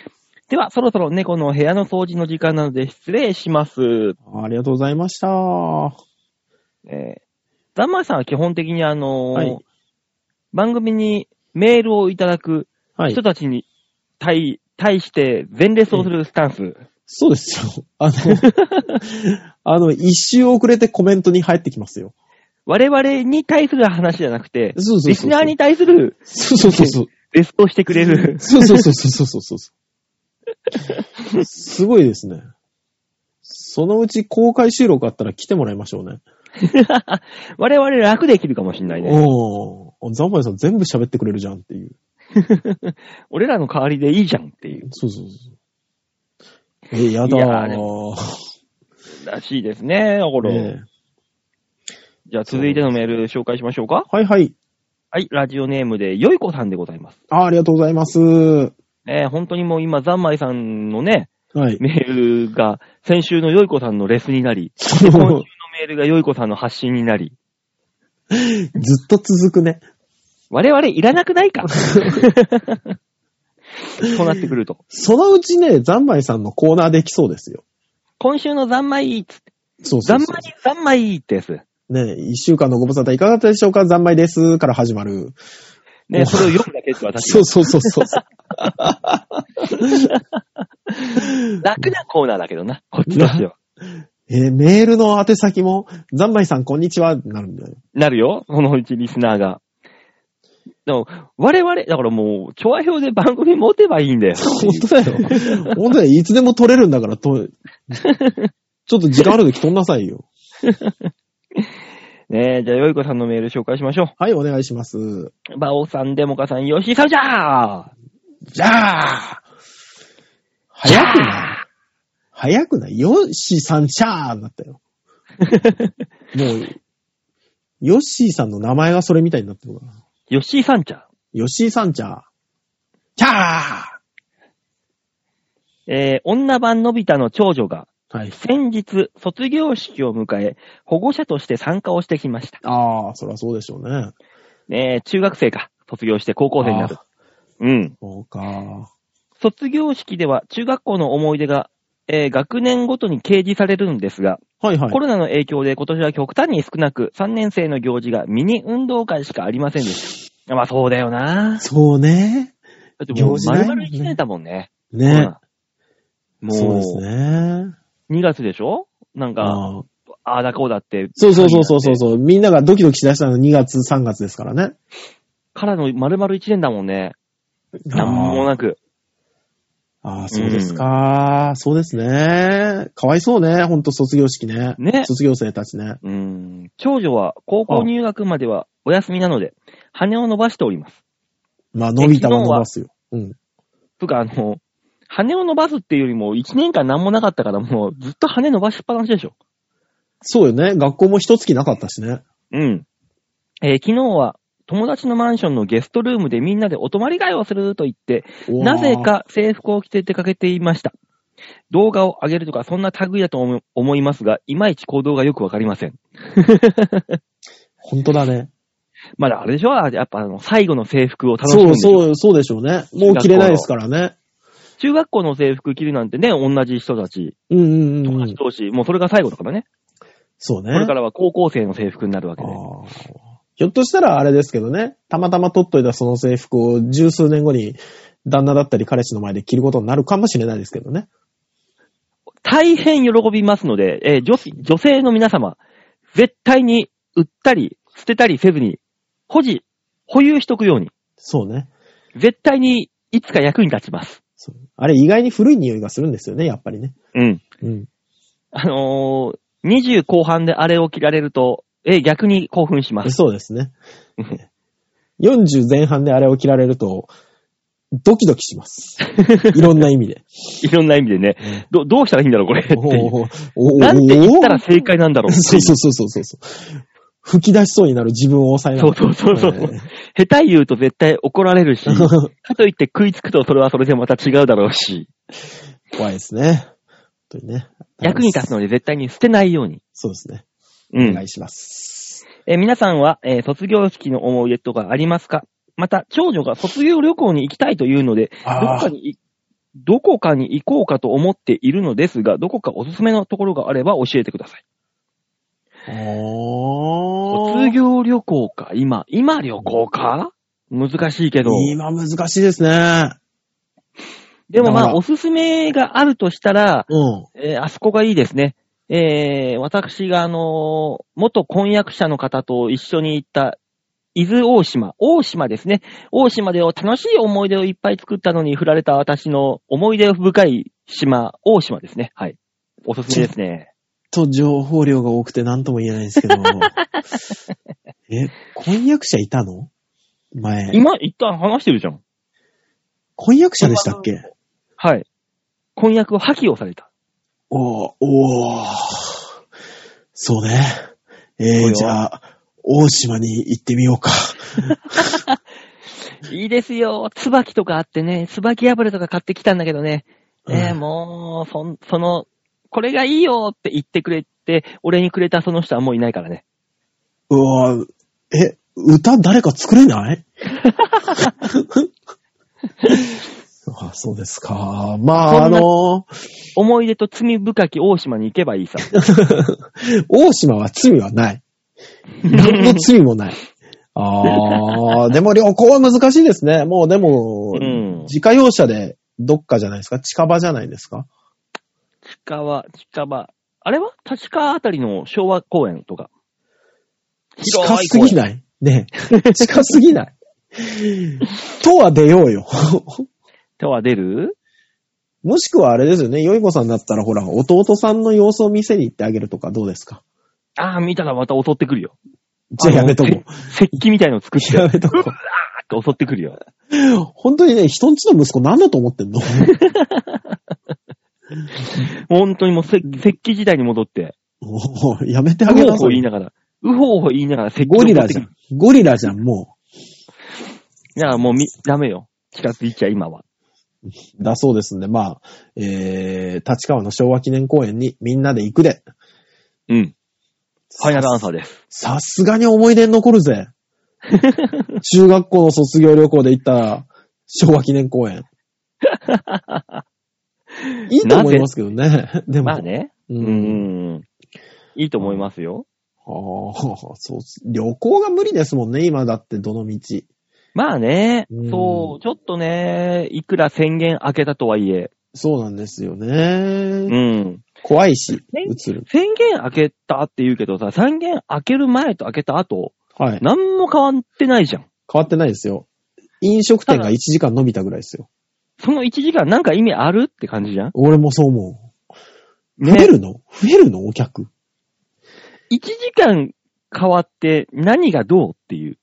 B: では、そろそろ猫の部屋の掃除の時間なので失礼します。
C: ありがとうございました。
B: えー、ザンマイさんは基本的にあのー
C: はい
B: 番組にメールをいただく
C: はい
B: 人。たちに対,、対して前列をするスタンス。
C: そうです よ。あの、あの、一周遅れてコメントに入ってきますよ。
B: 我々に対する話じゃなくて、
C: そうそうそうそう
B: リスナーに対する
C: そうそうそうそう。
B: ベストをしてくれる。
C: そうそうそうそうそう そうそう。すごいですね。そのうち公開収録あったら来てもらいましょうね。
B: 我々楽できるかもしんないね。
C: おー。ザンバイさん全部喋ってくれるじゃんっていう。
B: 俺らの代わりでいいじゃんっていう。
C: そうそうそう。え、やだ
B: いやー
C: ー。
B: でらしいですね、おごろ。
C: ねえ
B: じゃあ続いてのメール紹介しましょうか。
C: はいはい。
B: はい、ラジオネームでよいこさんでございます。
C: あーありがとうございます。は
B: えー、本当にもう今、ざんまいさんのね、
C: い。
B: メールが先週のよいこさんのレスになり、今週のメールがよいこさんの発信になり、
C: ずっと続くね。
B: 我々いらなくない かそうなってくると。
C: そのうちね、ザンバイさんのコーナーできそうですよ。
B: 今週のざんまい、
C: そうそ
B: ざ
C: うん
B: ま
C: そう。
B: い、ざんまいってやつ。
C: ねえ一週間のご無沙汰いかがだったでしょうかザンバイです。から始まる。
B: ね、それを読むだけって私
C: そ
B: は
C: うそうそうそう。
B: 楽なコーナーだけどな、こっちとしては。
C: えーメールの宛先も、ザンバイさんこんにちは、なるんだよ。
B: なるよ、そのうちリスナーが。でも、我々、だからもう、調和表で番組持てばいいんだよ。
C: 本当だよ。 本当だよ。いつでも撮れるんだから、 と、ちょっと時間ある時撮んなさいよ。
B: ねえ、じゃあ、よいこさんのメール紹介しましょ
C: はい、お願いします。
B: う。バオさん、デモカさん、ヨシさんじゃー
C: じゃあ早くない早くないヨッシーさんちゃーになったよ。もう、ヨッシーさんの名前がそれみたいになってるから。
B: ヨッシーさんちゃん。
C: ヨッシーさんちゃー。ちゃ
B: えー、女版のび太の長女が、
C: ーはい。
B: 先日、卒業式を迎え、保護者として参加をしてきました。
C: ああ、そりゃそうでしょうね。
B: ねえ、中学生か。卒業して高校生になる
C: あ。
B: うん。
C: そうか。
B: 卒業式では中学校の思い出が、えー学年ごとに掲示されるんですが、
C: はいはい
B: コ。ロナの影響で今年は極端に少なく、3年生の行事がミニ運動会しかありませんでした。まあそうだよな。だ
C: そうね。
B: ってもう
C: 行事な
B: 丸
C: いもん
B: 々
C: ね
B: 1年だもんね。
C: ね。
B: うん
C: そう
B: も
C: ですね。
B: う、2月でしょなんか、
C: ああ
B: ああだこうだって。
C: そうそうそうそうそうそう。みんながドキドキしだしたの2月、3月ですからね。
B: からの丸々1年だもんね。なんもなく。
C: ああ、そうですか、そうですね。かわいそうね。ほんと卒業式ね。
B: ね
C: 卒業生たちね。
B: うん。長女は高校入学まではお休みなので、羽を伸ばしております。
C: まあ、伸びたは伸ばすよ。うん。
B: とか、あの、羽を伸ばすっていうよりも、1年間何もなかったから、もうずっと羽伸ばしっぱなしでしょ。
C: そうよね。学校も一月なかったしね。
B: うん。えー昨日は、友達のマンションのゲストルームでみんなでお泊まり会をすると言って、
C: うわー
B: なぜ。か制服を着て出かけていました。動画を上げるとか、そんな類だと思い思いますが、いまいち行動がよくわかりません。
C: ほんとだね。
B: まだあれでしょやっぱあの、最後の制服を楽しむんで
C: そう
B: しょ
C: そう、そうでしょうね。もう着れないですからね。
B: 中学校の制服着るなんてね、同じ人たち、
C: うんうんうん
B: 友
C: う
B: 達
C: ん。
B: 同士、もうそれが最後だからね。
C: そうね。
B: これからは高校生の制服になるわけで。
C: あーひょっとしたらあれですけどね、たまたま取っといたその制服を十数年後に旦那だったり彼氏の前で着ることになるかもしれないですけどね。
B: 大変喜びますので、えー女子女性の皆様、絶対に売ったり、捨てたりせずに、保持、保有しとくように、
C: そうね。
B: 絶対にいつか役に立ちます。
C: そうあれ意外に古い匂いがするんですよね、やっぱりね。
B: うん。
C: うん。
B: あのー、20後半であれを着られると、えー逆に興奮します。
C: そうですね。 40前半であれを着られると、ドキドキします。いろんな 意味で。
B: いろんな意味でね。ど、どうしたらいいんだろう、これ。って
C: お
B: いう
C: おうおうお
B: なんて言ったら
C: そ
B: 正解なんだ ろう。っていう
C: そうそうそうそうそう。吹き出しそうになる自分を抑えなが
B: そう
C: ら。
B: そうそうそう。
C: え
B: 下手言うと絶対怒られ るし、か
C: ー
B: といって食いつくとそれはそれでまた違うだろうし、
C: 怖いですね。本当にね。
B: 役に立つので絶対に捨てないように。
C: そうですね。
B: う
C: お
B: ん
C: 願。いします。
B: えー皆さんは、えー卒業式の思い出とかありますかまた、長女が卒業旅行に行きたいというので、どこ
C: あ
B: か
C: あ、
B: にい、どこかに行こうかと思っているのですが、どこかおすすめのところがあれば教えてください。
C: お
B: 卒業旅行か、今、今旅行か難しいけど。
C: 今難しいですね。
B: でもま
C: だか
B: あ、
C: ら
B: おすすめがあるとしたら、
C: うん。
B: えーあそこがいいですね。えー私があのー元婚約者の方と一緒に行った、伊豆大島、大島ですね。大島で楽しい思い出をいっぱい作ったのに振られた私の思い出深い島、大島ですね。はい。おすすめですね。
C: ちょっと情報量が多くて何とも言えないんで すけど。え、婚約者いたの前。
B: 今、一旦話してるじゃん。
C: 婚約者でしたっけ
B: はい。婚約を破棄をされた。
C: おー、おー。そうね。
B: そう
C: えー、
B: よ
C: じゃあ、大島に行ってみようか。
B: いいですよ。椿とかあってね、椿破れとか買ってきたんだけどね。ねえ、
C: うん
B: もう、そん、その、これがいいよって言ってくれて、俺にくれたその人はもういないからね。
C: うわーえ、歌誰か作れない あそうですか。まあ、あ
B: そんな
C: の
B: 思い出と罪深き大島に行けばいいさ。
C: 大島は罪はない。何の罪もない。ああ、でも旅行は難しいですね。 もうでも、
B: うん。
C: 自家用車でどっかじゃないですか近場じゃないですか
B: 近場、近場。あれは立川あたりの昭和公園とか。
C: 近すぎ
B: い
C: ないねえ近すぎない。とは出ようよ。
B: 手は出る
C: もしくはあれですよね。よいこさんだったらほら、弟さんの様子を見せに行ってあげるとかどうですか
B: ああ、見たらまた襲ってくるよ。
C: じゃあやめとこ
B: あの
C: う。
B: せ石器みたいの作 って、
C: やめとこう。
B: あーって襲ってくるよ。
C: 本当にね、人んちの息子何だと思って んの
B: 本当にもう石石器時代に戻って、
C: もう やめて
B: う
C: あ
B: ほ
C: げ
B: う
C: な
B: ほ
C: さ
B: 言い
C: い。
B: ながら、うほうほ言いながら石器を
C: ゴリ
B: 持
C: ラ
B: って
C: じ
B: く
C: ゃ
B: る
C: ん。。ゴリラじゃん、もう。
B: だからもうみ、ダメよ。近づいちゃ今は。
C: だそうですんで、まあ、えー、立川の昭和記念公園にみんなで行くで。
B: うん。ファイナルアンサ
C: ー。
B: ーです。
C: さすがに思い出に残 るぜ。中学校の卒業旅行で行った昭和記念 公園。いいと思いますけどね。でも。
B: まあね。
C: う。
B: うんん。いいと思いますよ。
C: あーそうっす旅行が無理ですもんね、今だってどの道。
B: まあね
C: うん。
B: そう、ちょっとね、いくら宣言明けたとはいえ。
C: そうなんですよね。
B: うん。
C: 怖いし、
B: ね
C: 映る。
B: 宣言明けたって言うけどさ、宣言明ける前と明けた後、
C: はい。
B: 何も変わってないじゃん。
C: 変わってないですよ。飲食店が1時間伸びたぐらいですよ。
B: その1時間なんか意味あるって感じじゃん。
C: 俺もそう思う。増
B: ね
C: えるの、増えるのお客。
B: 1時間変わって何がどうっていう。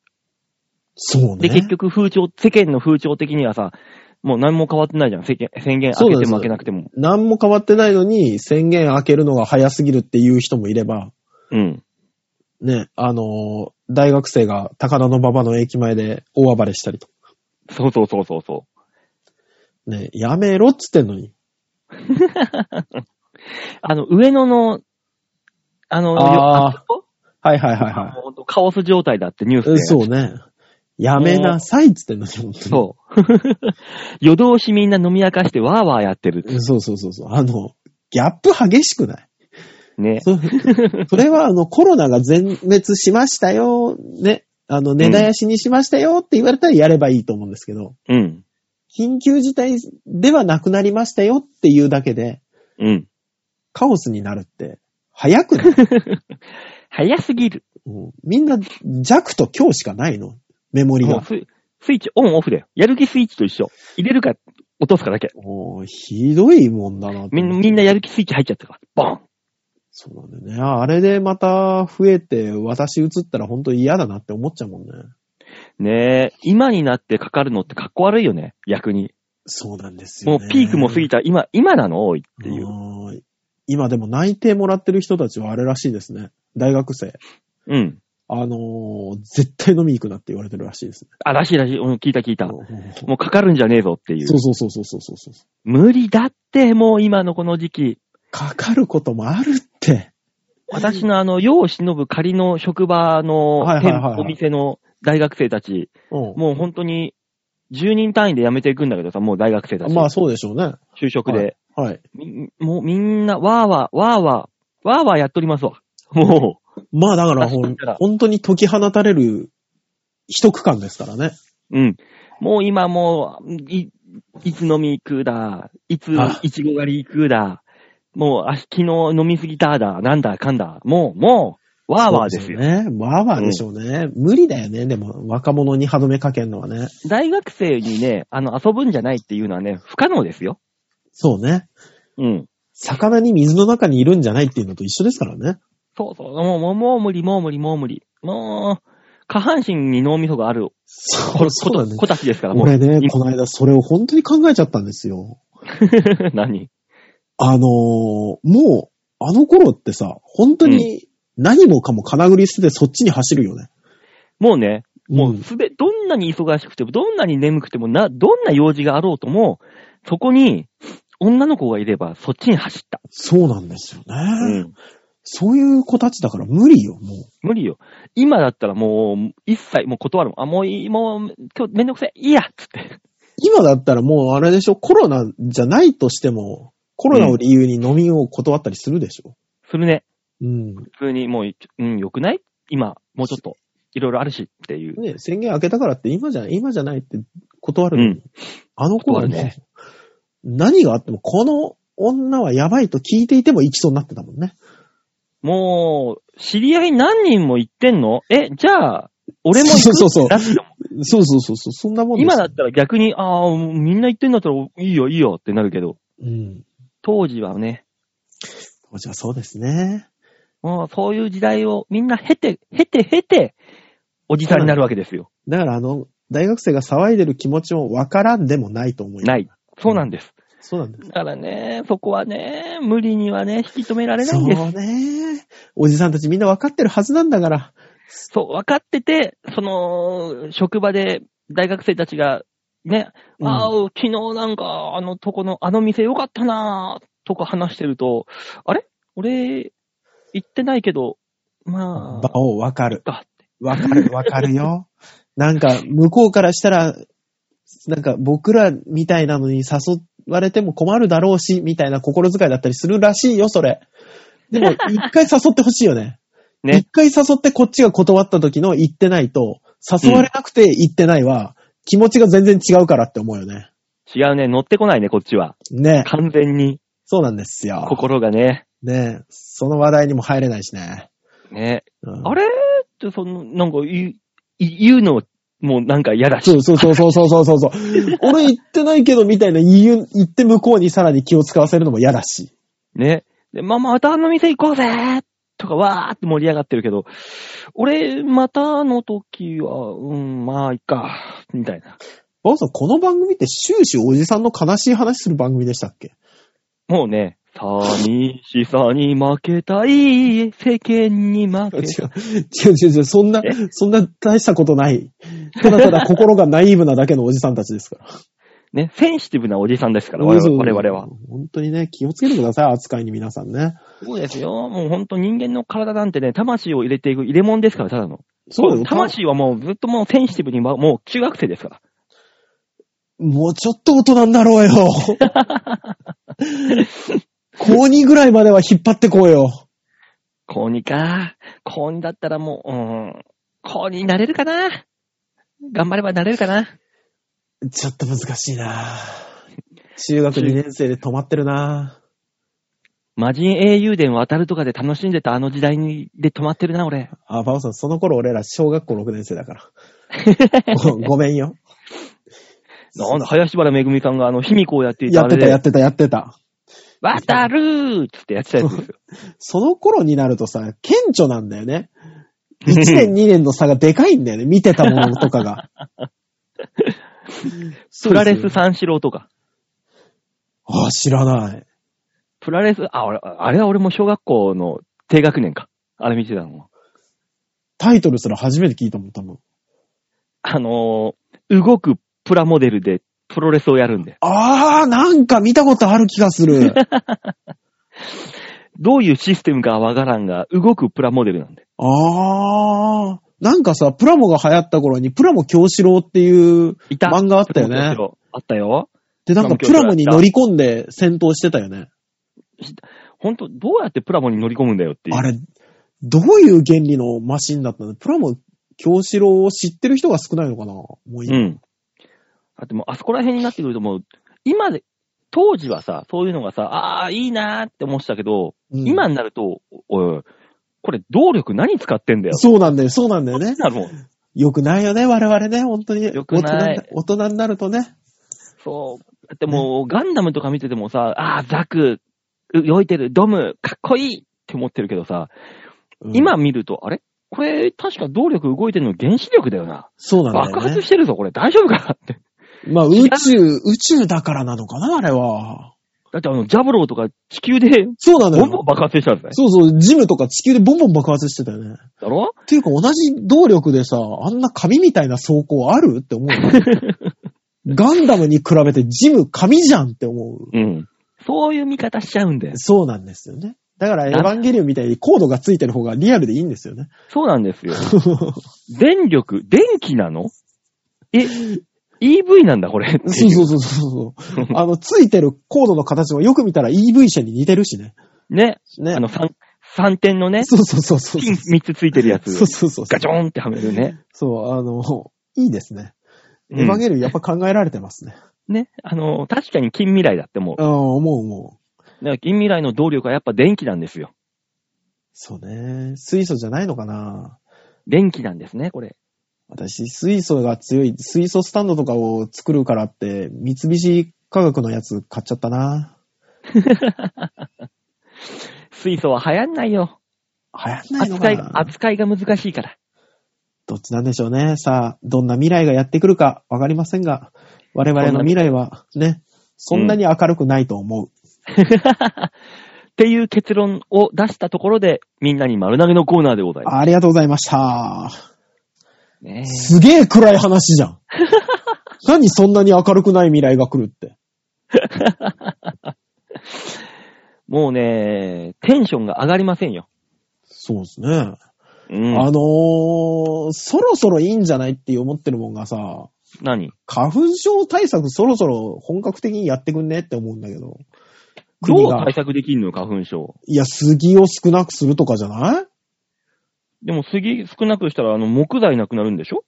C: そう
B: で、
C: ね。
B: 結局風潮、世間の風潮的にはさ、もう何も変わってないじゃん。世間宣言開けても開けなくても。
C: 何も変わってないのに宣言開けるのが早すぎるっていう人もいれば、
B: うん。
C: ね、あのー大学生が高田の馬場の駅前で大暴れしたりと。
B: そうそうそうそうそ
C: ね、やめろっつってんのに。
B: う。あの、上野の、あの、
C: あー
B: よそこ
C: はいはいはい
B: も
C: は
B: うほんとカオス状態だってニュース
C: い。う
B: で。
C: んそうね。やめなさいっつってんのに、本当に。
B: そう。 夜通しみんな飲み明かしてワーワーやってる。
C: うんそうそうそうそう。あの、ギャップ激しくない
B: ね。
C: そそれはあのコロナが全滅しましたよ、ね、あの、根絶やしにしましたよって言われたらやればいいと思うんですけど、
B: うん。
C: 緊急事態ではなくなりましたよっていうだけで、
B: うん。
C: カオスになるって、早く ない、
B: 早すぎる。
C: うんみんな弱と強しかないの、メモリ
B: もう
C: が。
B: ススイッチオンオフだよ。やる気スイッチと一緒。入れるか落とすかだけ。
C: もう、ひどいもんだなと思って
B: みんみんなやる気スイッチ入っちゃったから。ボン
C: そうなんだよね。ああれでまた増えて、私映ったら本当に嫌だなって思っちゃうもんね。
B: ねえ、今になってかかるのってかっこ悪いよね、逆に。
C: そうなんです
B: も
C: よ、
B: うピークも過ぎ
C: った
B: 今、今なの多いって
C: て
B: いう。
C: いう。今でも内定もらってる人たちはあれらしいですね。大学生。
B: うん。
C: あのー絶対飲み行くなって言われてるらしいですね。
B: あ、らしいらしい。うん、聞いた聞いた。
C: う
B: も
C: ん
B: うかかるんじゃねえぞっていう
C: そ。うそうそうそうそうそうそう。
B: 無理だって、もう今のこの時期。
C: かかることもあるって。
B: 私のあの、世を忍ぶ仮の職場の
C: はいはいはいはい
B: 店お店の大学生たち、
C: うん。
B: もう本当に10人単位で辞めていくんだけどさ、もう大学生たち。
C: まあそうでしょうね。
B: 就職で。
C: はい。
B: みもうみんな、わーわー、わーわー、わーわーやっておりますわ。も
C: まあだからほ
B: 確か
C: ん
B: に
C: 本当に解き放たれる一区間ですからね。
B: う、うん。もう今もう、い、いつ飲み行くだ、いつ
C: あ、
B: いちご狩り行くだ、もう、あ、昨日飲みすぎただ、なんだかんだ、もう、もう、わーわーですよ。
C: そうね。わーわーでしょうね。無理だよね。でも若者に歯止めかけるのはね。
B: 大学生にね、あの、遊ぶんじゃないっていうのはね、不可能ですよ。
C: そうね。
B: うん。
C: 魚に水の中にいるんじゃないっていうのと一緒ですからね。
B: そうそう、もう、もう、もう無理、もう無理、もう無理。もう、下半身に脳みそがある、
C: そう
B: こ
C: そう
B: と
C: だね。
B: 子たちですから、もう。
C: 俺ね、この間それを本当に考えちゃったんですよ。
B: 何
C: あのーもう、あの頃ってさ、本当に何もかも金繰り捨ててそっちに走るよね。
B: もうね、も
C: う
B: うんすべ、どんなに忙しくても、どんなに眠くても、な、どんな用事があろうとも、そこに、女の子がいれば、そっちに走った。
C: そうなんですよね。
B: うん。
C: そういう子たちだから無理よ、もう。
B: 無理よ。今だったらもう、一切、もう断るもん。あ、もういい、もう、今日めんどくせえ。いいやっつって。
C: 今だったらもうあれでしょ、コロナじゃないとしても、コロナを理由に飲みを断ったりするでしょ。
B: するね。
C: うん。
B: 普通に、もう、うん、よくない今、もうちょっと、いろいろあるしっていう。
C: ね、宣言明けたからって今じゃない、今じゃないって断るのに、
B: うん
C: あの頃は
B: 断る
C: ね、何があってもこの女はやばいと聞いていても行きそうになってたもんね。
B: もう、知り合い何人も行ってんのえ、じゃあ、俺も行く
C: そうそうそう
B: だって
C: そうそうそうそう、そんなもんです
B: 今だったら逆に、ああ、みんな行ってんだったら、いいよ、いいよってなるけど、
C: うん。
B: 当時はね、
C: 当時はそうですね。
B: もうそういう時代をみんな経て、経て、経て、おじさんになるわけですよ。
C: だからあの、大学生が騒いでる気持ちもわからんでもないと思うよ
B: ない。。そうなんです。
C: そうなんだよ
B: だからね、そこはね、無理にはね、引き止められないんです。
C: そうね。おじさんたちみんな分かってるはずなんだから。
B: そう、分かってて、その、職場で大学生たちが、ね、
C: うん
B: ああ、昨日なんか、あのとこの、あの店良かったなぁ、とか話してると、あれ俺、行ってないけど、ま
C: 場を分かる。
B: あ、あ
C: 分か る、分かるよ。なんか、向こうからしたら、なんか僕らみたいなのに誘われても困るだろうし、みたいな心遣いだったりするらしいよ、それ。で も、一回誘ってほしいよね。
B: ね
C: 一回誘ってこっちが断った時の言ってないと、誘われなくて言ってないは、気持ちが全然違うからって思うよね。
B: 違うね、乗ってこないね、こっちは。
C: ね
B: 完全に、
C: そうなんですよ。
B: 心がね。
C: ねその話題にも入れないしね。
B: ね、
C: うん
B: あれって、その、なんか言う、い言うの、もうなんか嫌だし
C: そ。うそうそうそうそうそうそう そう。俺言ってないけどみたいな言う、言って向こうにさらに気を使わせるのも嫌だし。
B: ね。で、まあ、またあの店行こうぜとか、わーって盛り上がってるけど、俺、またの時は、うん、まあ、いっか、みたいな。
C: バオさん、この番組って終始おじさんの悲しい話する番組でしたっけ
B: もうね、寂しさに負けたい、世間に負
C: 違う
B: け。
C: 違う違う違う。そんな
B: え、
C: そんな大したことない。ただただ心がナイーブなだけのおじさんたちですから。
B: ね、センシティブなおじさんですから、我々我々は。。
C: 本当にね、気をつけてください、扱いに皆さんね。
B: そうですよ。もうほんと人間の体なんてね、魂を入れていく入れ物ですから、ただの。
C: そうよ。
B: 魂はもうずっともうセンシティブに、まもう中学生ですから。
C: もうちょっと大人になろう よ。高2ぐらいまでは引っ張ってこうよ。
B: 高2か。高2だったらもう、うん。高2になれるかな頑張ればなれるかな
C: ちょっと難しいな中学2年生で止まってるな
B: 魔人英雄伝渡るとかで楽しんでたあの時代に、で止まってるな、 俺。
C: あ、バオさん、その頃俺ら小学校6年生だ から。ごごめんよ。
B: なんだ、林原めぐみさんがあの、卑弥呼をやっていた
C: や
B: あ
C: っ
B: れ
C: てた、やっ
B: で、
C: てた、やってた。
B: 渡るーっつってやってたやつですよ。
C: その頃になるとさ、顕著なんだよね。 1年、2年の差がでかいんだよね。見てたものとか が。
B: プ
C: そうで
B: ラ
C: すよ
B: レス三四郎とか。
C: ああ、知らない。
B: プラレス、あ、俺、あれは俺も小学校の低学年か。あれ見てたの。
C: タイトルすら初めて聞いたもん、多分。
B: あのー動くプラモデルでプロレスをやるんで。
C: ああ、なんか見たことある気がする。
B: どういうシステムかはわからんが、動くプラモデルなんで。
C: ああ、なんかさ、プラモが流行った頃に、プラモ京志郎っていう
B: いた。
C: 漫画あったよね。。
B: あったよ。
C: で、なんかプラモに乗り込んで戦闘してたよね。
B: ほんと、どうやってプラモに乗り込むんだよっていう。
C: あれ、どういう原理のマシンだったのプラモ京志郎を知ってる人が少ないのかなもう
B: う
C: 今、
B: ん。だってもう、あそこら辺になってくるともう、今で、当時はさ、そういうのがさ、ああ、いいなーって思ってたけど、
C: うん
B: 今になると、おい、これ動力何使ってんだよ。
C: そうなんだよ、そうなんだよね。
B: なるもん。
C: よくないよね、我々ね、本当に。
B: よくない
C: 大人に大人になるとね。
B: そう。だってもう、ガンダムとか見ててもさ、ああ、ザク、動いてる、ドム、かっこいいって思ってるけどさ、
C: うん
B: 今見ると、あれこれ、確か動力動いてるの原子力だよな。
C: そうなんだ
B: 爆
C: よね
B: 発。してるぞ、これ。大丈夫かなって。
C: まあ、宇宙、宇宙だからなのかな、あれは。
B: だってあの、ジャブローとか地球で、
C: そうなの
B: ボンボン
C: よ。
B: 爆発してたんだよ。
C: そうそう、ジムとか地球でボンボン爆発してたよね。
B: だろ
C: っていうか同じ動力でさ、あんな紙みたいな走行あるって思う よね。ガンダムに比べてジム紙じゃんって思う。
B: うん。そういう見方しちゃうんだよ。
C: そうなんですよね。だからエヴァンゲリオンみたいにコードがついてる方がリアルでいいんですよね。
B: そうなんですよ。電力、電気なのえ、EV なんだ、これ。
C: そうそうそうそうそう。 あの、ついてるコードの形もよく見たら EV 車に似てるしね。
B: ね。
C: ね。
B: あの、三、三点のね、
C: そうそうそうそう。
B: ピン三つついてるやつ。
C: そうそうそう。
B: ガチョーンってはめるね。
C: そう、あの、いいですね。
B: うん
C: エヴァンゲリオンやっぱ考えられてますね。
B: ね。あの、確かに近未来だって思う。
C: ああ、思う思う。
B: だから近未来の動力はやっぱ電気なんですよ。
C: そうね。水素じゃないのかな
B: 電気なんですね、これ。
C: 私、水素が強い、水素スタンドとかを作るからって、三菱化学のやつ買っちゃったな。
B: 水素は流行んないよ。
C: 流行んないの
B: 扱
C: か
B: い、
C: な
B: 扱いが難しいから。
C: どっちなんでしょうね。さあ、どんな未来がやってくるかわかりませんが、我々の未来はね、そんなに明るくないと思う。
B: っていう結論を出したところで、みんなに丸投げのコーナーでございま
C: ありがとうございました。
B: す。ね
C: すげえ暗い話じ ゃん。何そんなに明るくない未来が来るって。
B: もうね、テンションが上がりませんよ。
C: そうですね。
B: うん
C: あ。のー、そろそろいいんじゃないって思ってるもんがさ、
B: 何
C: 花粉症対策そろそろ本格的にやってくんねって思うんだけど。
B: ど
C: 国
B: う
C: が
B: 対、策できんのよ、花粉症。
C: いや、杉を少なくするとかじゃない
B: でも、杉少なくしたら、あの、木材なくなるんでしょ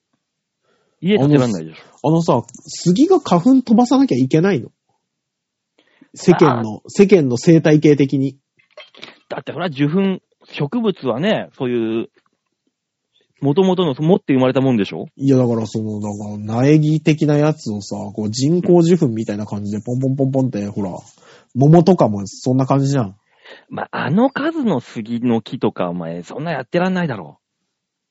B: 家建てらんないでしょ
C: あのさ、杉が花粉飛ばさなきゃいけないの。世間の、世間の生態系的に。
B: だって、ほら、受粉、植物はね、そういう、元々の持って生まれたもんでしょ
C: いや、だからその、なんか、苗木的なやつをさ、こう人工受粉みたいな感じでポンポンポンポンって、ほら、桃とかもそんな感じじゃん。
B: まあ、あの数の杉の木とか、お前、そんなやってらんないだろ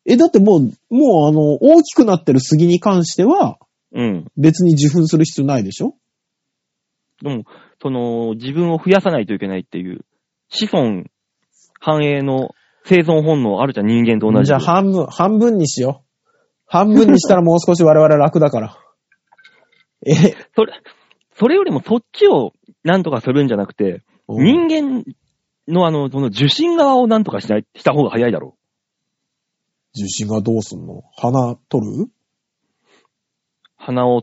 C: え、だってもう、もうあの、大きくなってる杉に関しては、
B: う。うん。
C: 別に受粉する必要ないでしょ
B: でも、その、自分を増やさないといけないっていう、子孫繁栄の生存本能あるじゃん、人間と同じ。
C: じゃあ半分、半分にしよう。半分にしたらもう少し我々楽だ から。え、
B: それ、それよりもそっちをなんとかするんじゃなくて、人間のあの、その受信側をなんとかしない、した方が早いだろ
C: 受信がどうすんの鼻取る
B: う。鼻を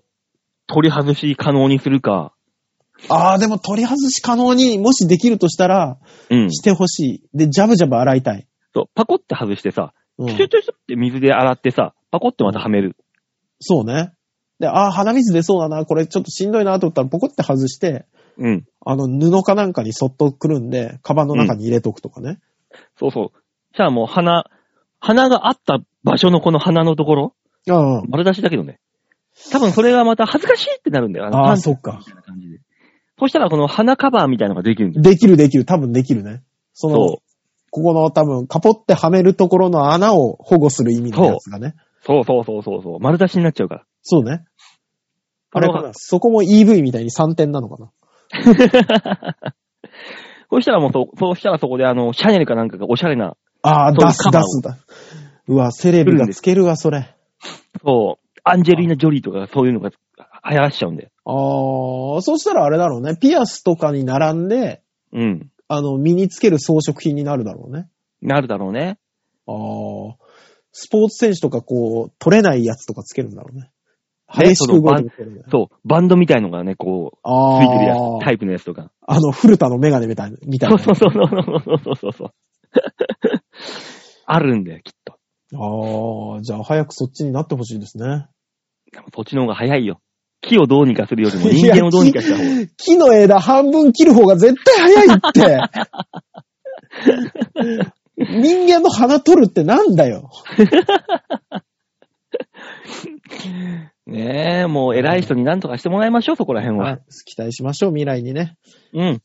B: 取り外し可能にするか。
C: ああ、でも取り外し可能にもしできるとしたら、
B: うん。
C: してほしい。で、ジャブジャブ洗いたい。
B: そう、パコって外してさ、
C: う
B: チ ュ
C: ん
B: チュチュチュって水で洗ってさ、パコってまたはめる。
C: そうね。で、ああ、鼻水出そうだな、これちょっとしんどいなと思ったらポコって外して、
B: うん。
C: あの、布かなんかにそっとくるんで、カバンの中に入れとくとかね。
B: そうそう。じゃあもう鼻、鼻があった場所のこの鼻のところ、
C: ああ、
B: 丸出しだけどね。多分それがまた恥ずかしいってなるんだよ。あの
C: あ
B: パ
C: あ、
B: ンツ
C: そっか
B: み。たいな感じで。そしたらこの鼻カバーみたいなのができるんだよ。
C: できるできる、多分できるね。その、
B: そ
C: ここの多分、カポってはめるところの穴を保護する意味のやつがね。
B: そうそうそうそうそう。丸出しになっちゃうから。
C: そうね。あれか
B: あ
C: な。そこも EV みたいに3点なのかな。
B: そうしたらもうそ、そうしたらそこであの、シャネルかなんかがおしゃれな、
C: ああ、
B: そう
C: 出す
B: カ
C: 出
B: バーを
C: すだ。うわ、セレブがつけるわ、それ。
B: そう、アンジェリーナ・ジョリーとかそういうのが流行らしちゃうんだよ。
C: ああ、そしたらあれだろうね。ピアスとかに並んで、
B: うん。
C: あの、身につける装飾品になるだろうね。
B: なるだろうね。
C: ああ、スポーツ選手とかこう、取れないやつとかつけるんだろうね。激しく動いてる、ね。
B: そう、バンドみたいのがね、こう、
C: あ
B: ついてるや
C: あ
B: つ、タイプのやつとか。
C: あの、古田のメガネみたいな。みたい
B: そ
C: な
B: うそうそうそうそうそうそうそう。 あるんだよ、きっと。
C: ああ、じゃあ早くそっちになってほしいですね。
B: でもそっちの方が早いよ。木をどうにかするよりも人間をどうにかした方が。
C: 木の枝半分切る方が絶対 早いって。人間の鼻取るってなんだよ。
B: ねえ、もう偉い人に何とかしてもらいましょう、そこら辺
C: は
B: は。
C: い期待しましょう、未来にね。
B: うん。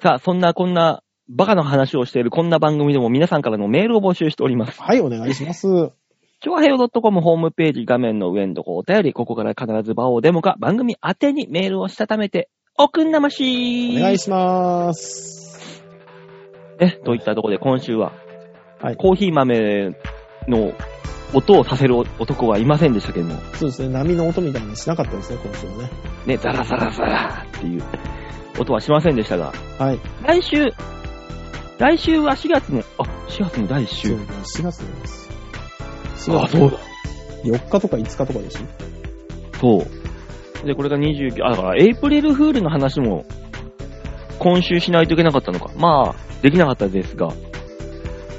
B: さあ、そんなこんな、バカの話をしているこんな番組でも皆さんからのメールを募集しております。
C: はい、お願いします。
B: 超平洋 .com ホームページ画面の上のとこお便り、ここから必ず場をデモか番組宛てにメールをしたためて、おくんなまし
C: お願いします。
B: ね、といったところで今週は、
C: はい
B: コーヒー豆の音をさせる男はいませんでしたけども、
C: そうですね、波の音みたいにしなかったですね、今週はね。
B: ね、ザラザラザラっていう音はしませんでしたが、
C: はい。
B: 来週、来週は4月の、あ、4月の第1
C: そ
B: 週。
C: うですね4月なんです。
B: あ、そうだ。
C: 4日とか5日とかでしょ
B: そう。で、これが29、あ、だから、エイプリルフールの話も、今週しないといけなかったのか。まあ、できなかったですが。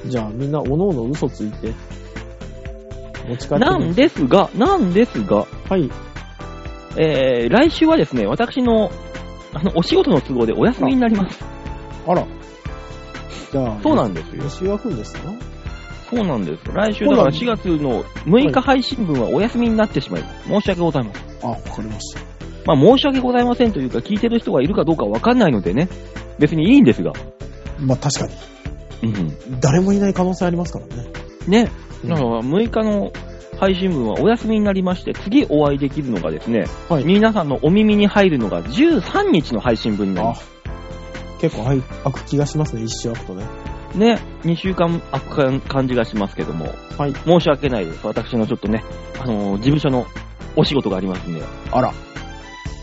C: じゃあみんなおのおの嘘ついて。持ち帰ってくる
B: なんですが、なんですが、
C: はい。
B: えー、来週はですね、私の、あの、お仕事の都合でお休みになります。
C: あら。じゃあ、
B: そうなんですよ。
C: 吉くんですか
B: そうなんです。来週、
C: そう
B: だ
C: な
B: か
C: ん
B: ら
C: だ
B: 4月の6日配信分はお休みになってしまい、申し訳ございません。
C: あ、わかりました。
B: まあ、申し訳ございませんというか、聞いてる人がいるかどうかわかんないのでね、別にいいんですが。
C: まあ確かに。
B: うん。
C: 誰もいない可能性ありますからね。
B: ね。
C: うん
B: だから6日の配信分はお休みになりまして、次お会いできるのがですね、
C: はい
B: 皆さんのお耳に入るのが13日の配信分になりま
C: あ
B: す。、
C: 結構はい開く気がしますね、一週開くとね。
B: ね、2週間空く感感じがしますけども、
C: はい。
B: 申し訳ないです。私のちょっとね、あのー事務所のお仕事がありますんで、
C: あら。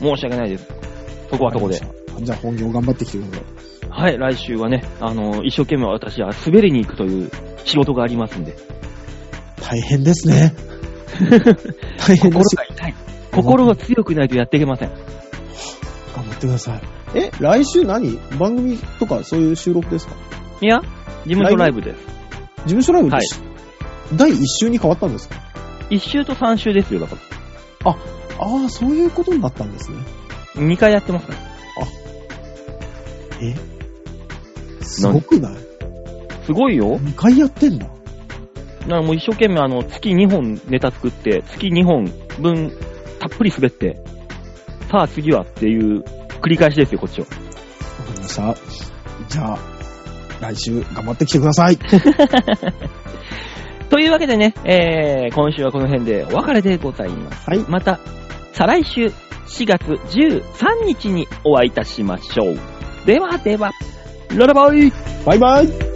B: 申し訳ないです。そこはそこで。。
C: じゃあ本業頑張ってきてください。
B: はい、来週はね、あのー一生懸命私は滑りに行くという仕事がありますん で、
C: 大変ですね。大変で
B: 心
C: すよ
B: が痛い。心が強くないとやっていけません。
C: 頑張ってください。え、来週何番組とかそういう収録ですか
B: いや、事務所ライブです。
C: 事務所ライブで
B: はい
C: 第1週に変わったんですか
B: 1週と3週ですよ、だから。
C: ああ、そういうことになったんですね。
B: 2回やってますから。
C: えすごくない
B: すごいよ。
C: ?2 回やってんだ。
B: だからもう一生懸命あの、月2本ネタ作って、月2本分たっぷり滑って、さあ次はっていう繰り返しですよ、こっちは。
C: わかりました。じゃあ、来週頑張ってきてください。
B: というわけでね、えー、今週はこの辺でお別れでございます。
C: はい。
B: また、再来週4月13日にお会いいたしましょう。ではでは、ララバイ
C: バイバイ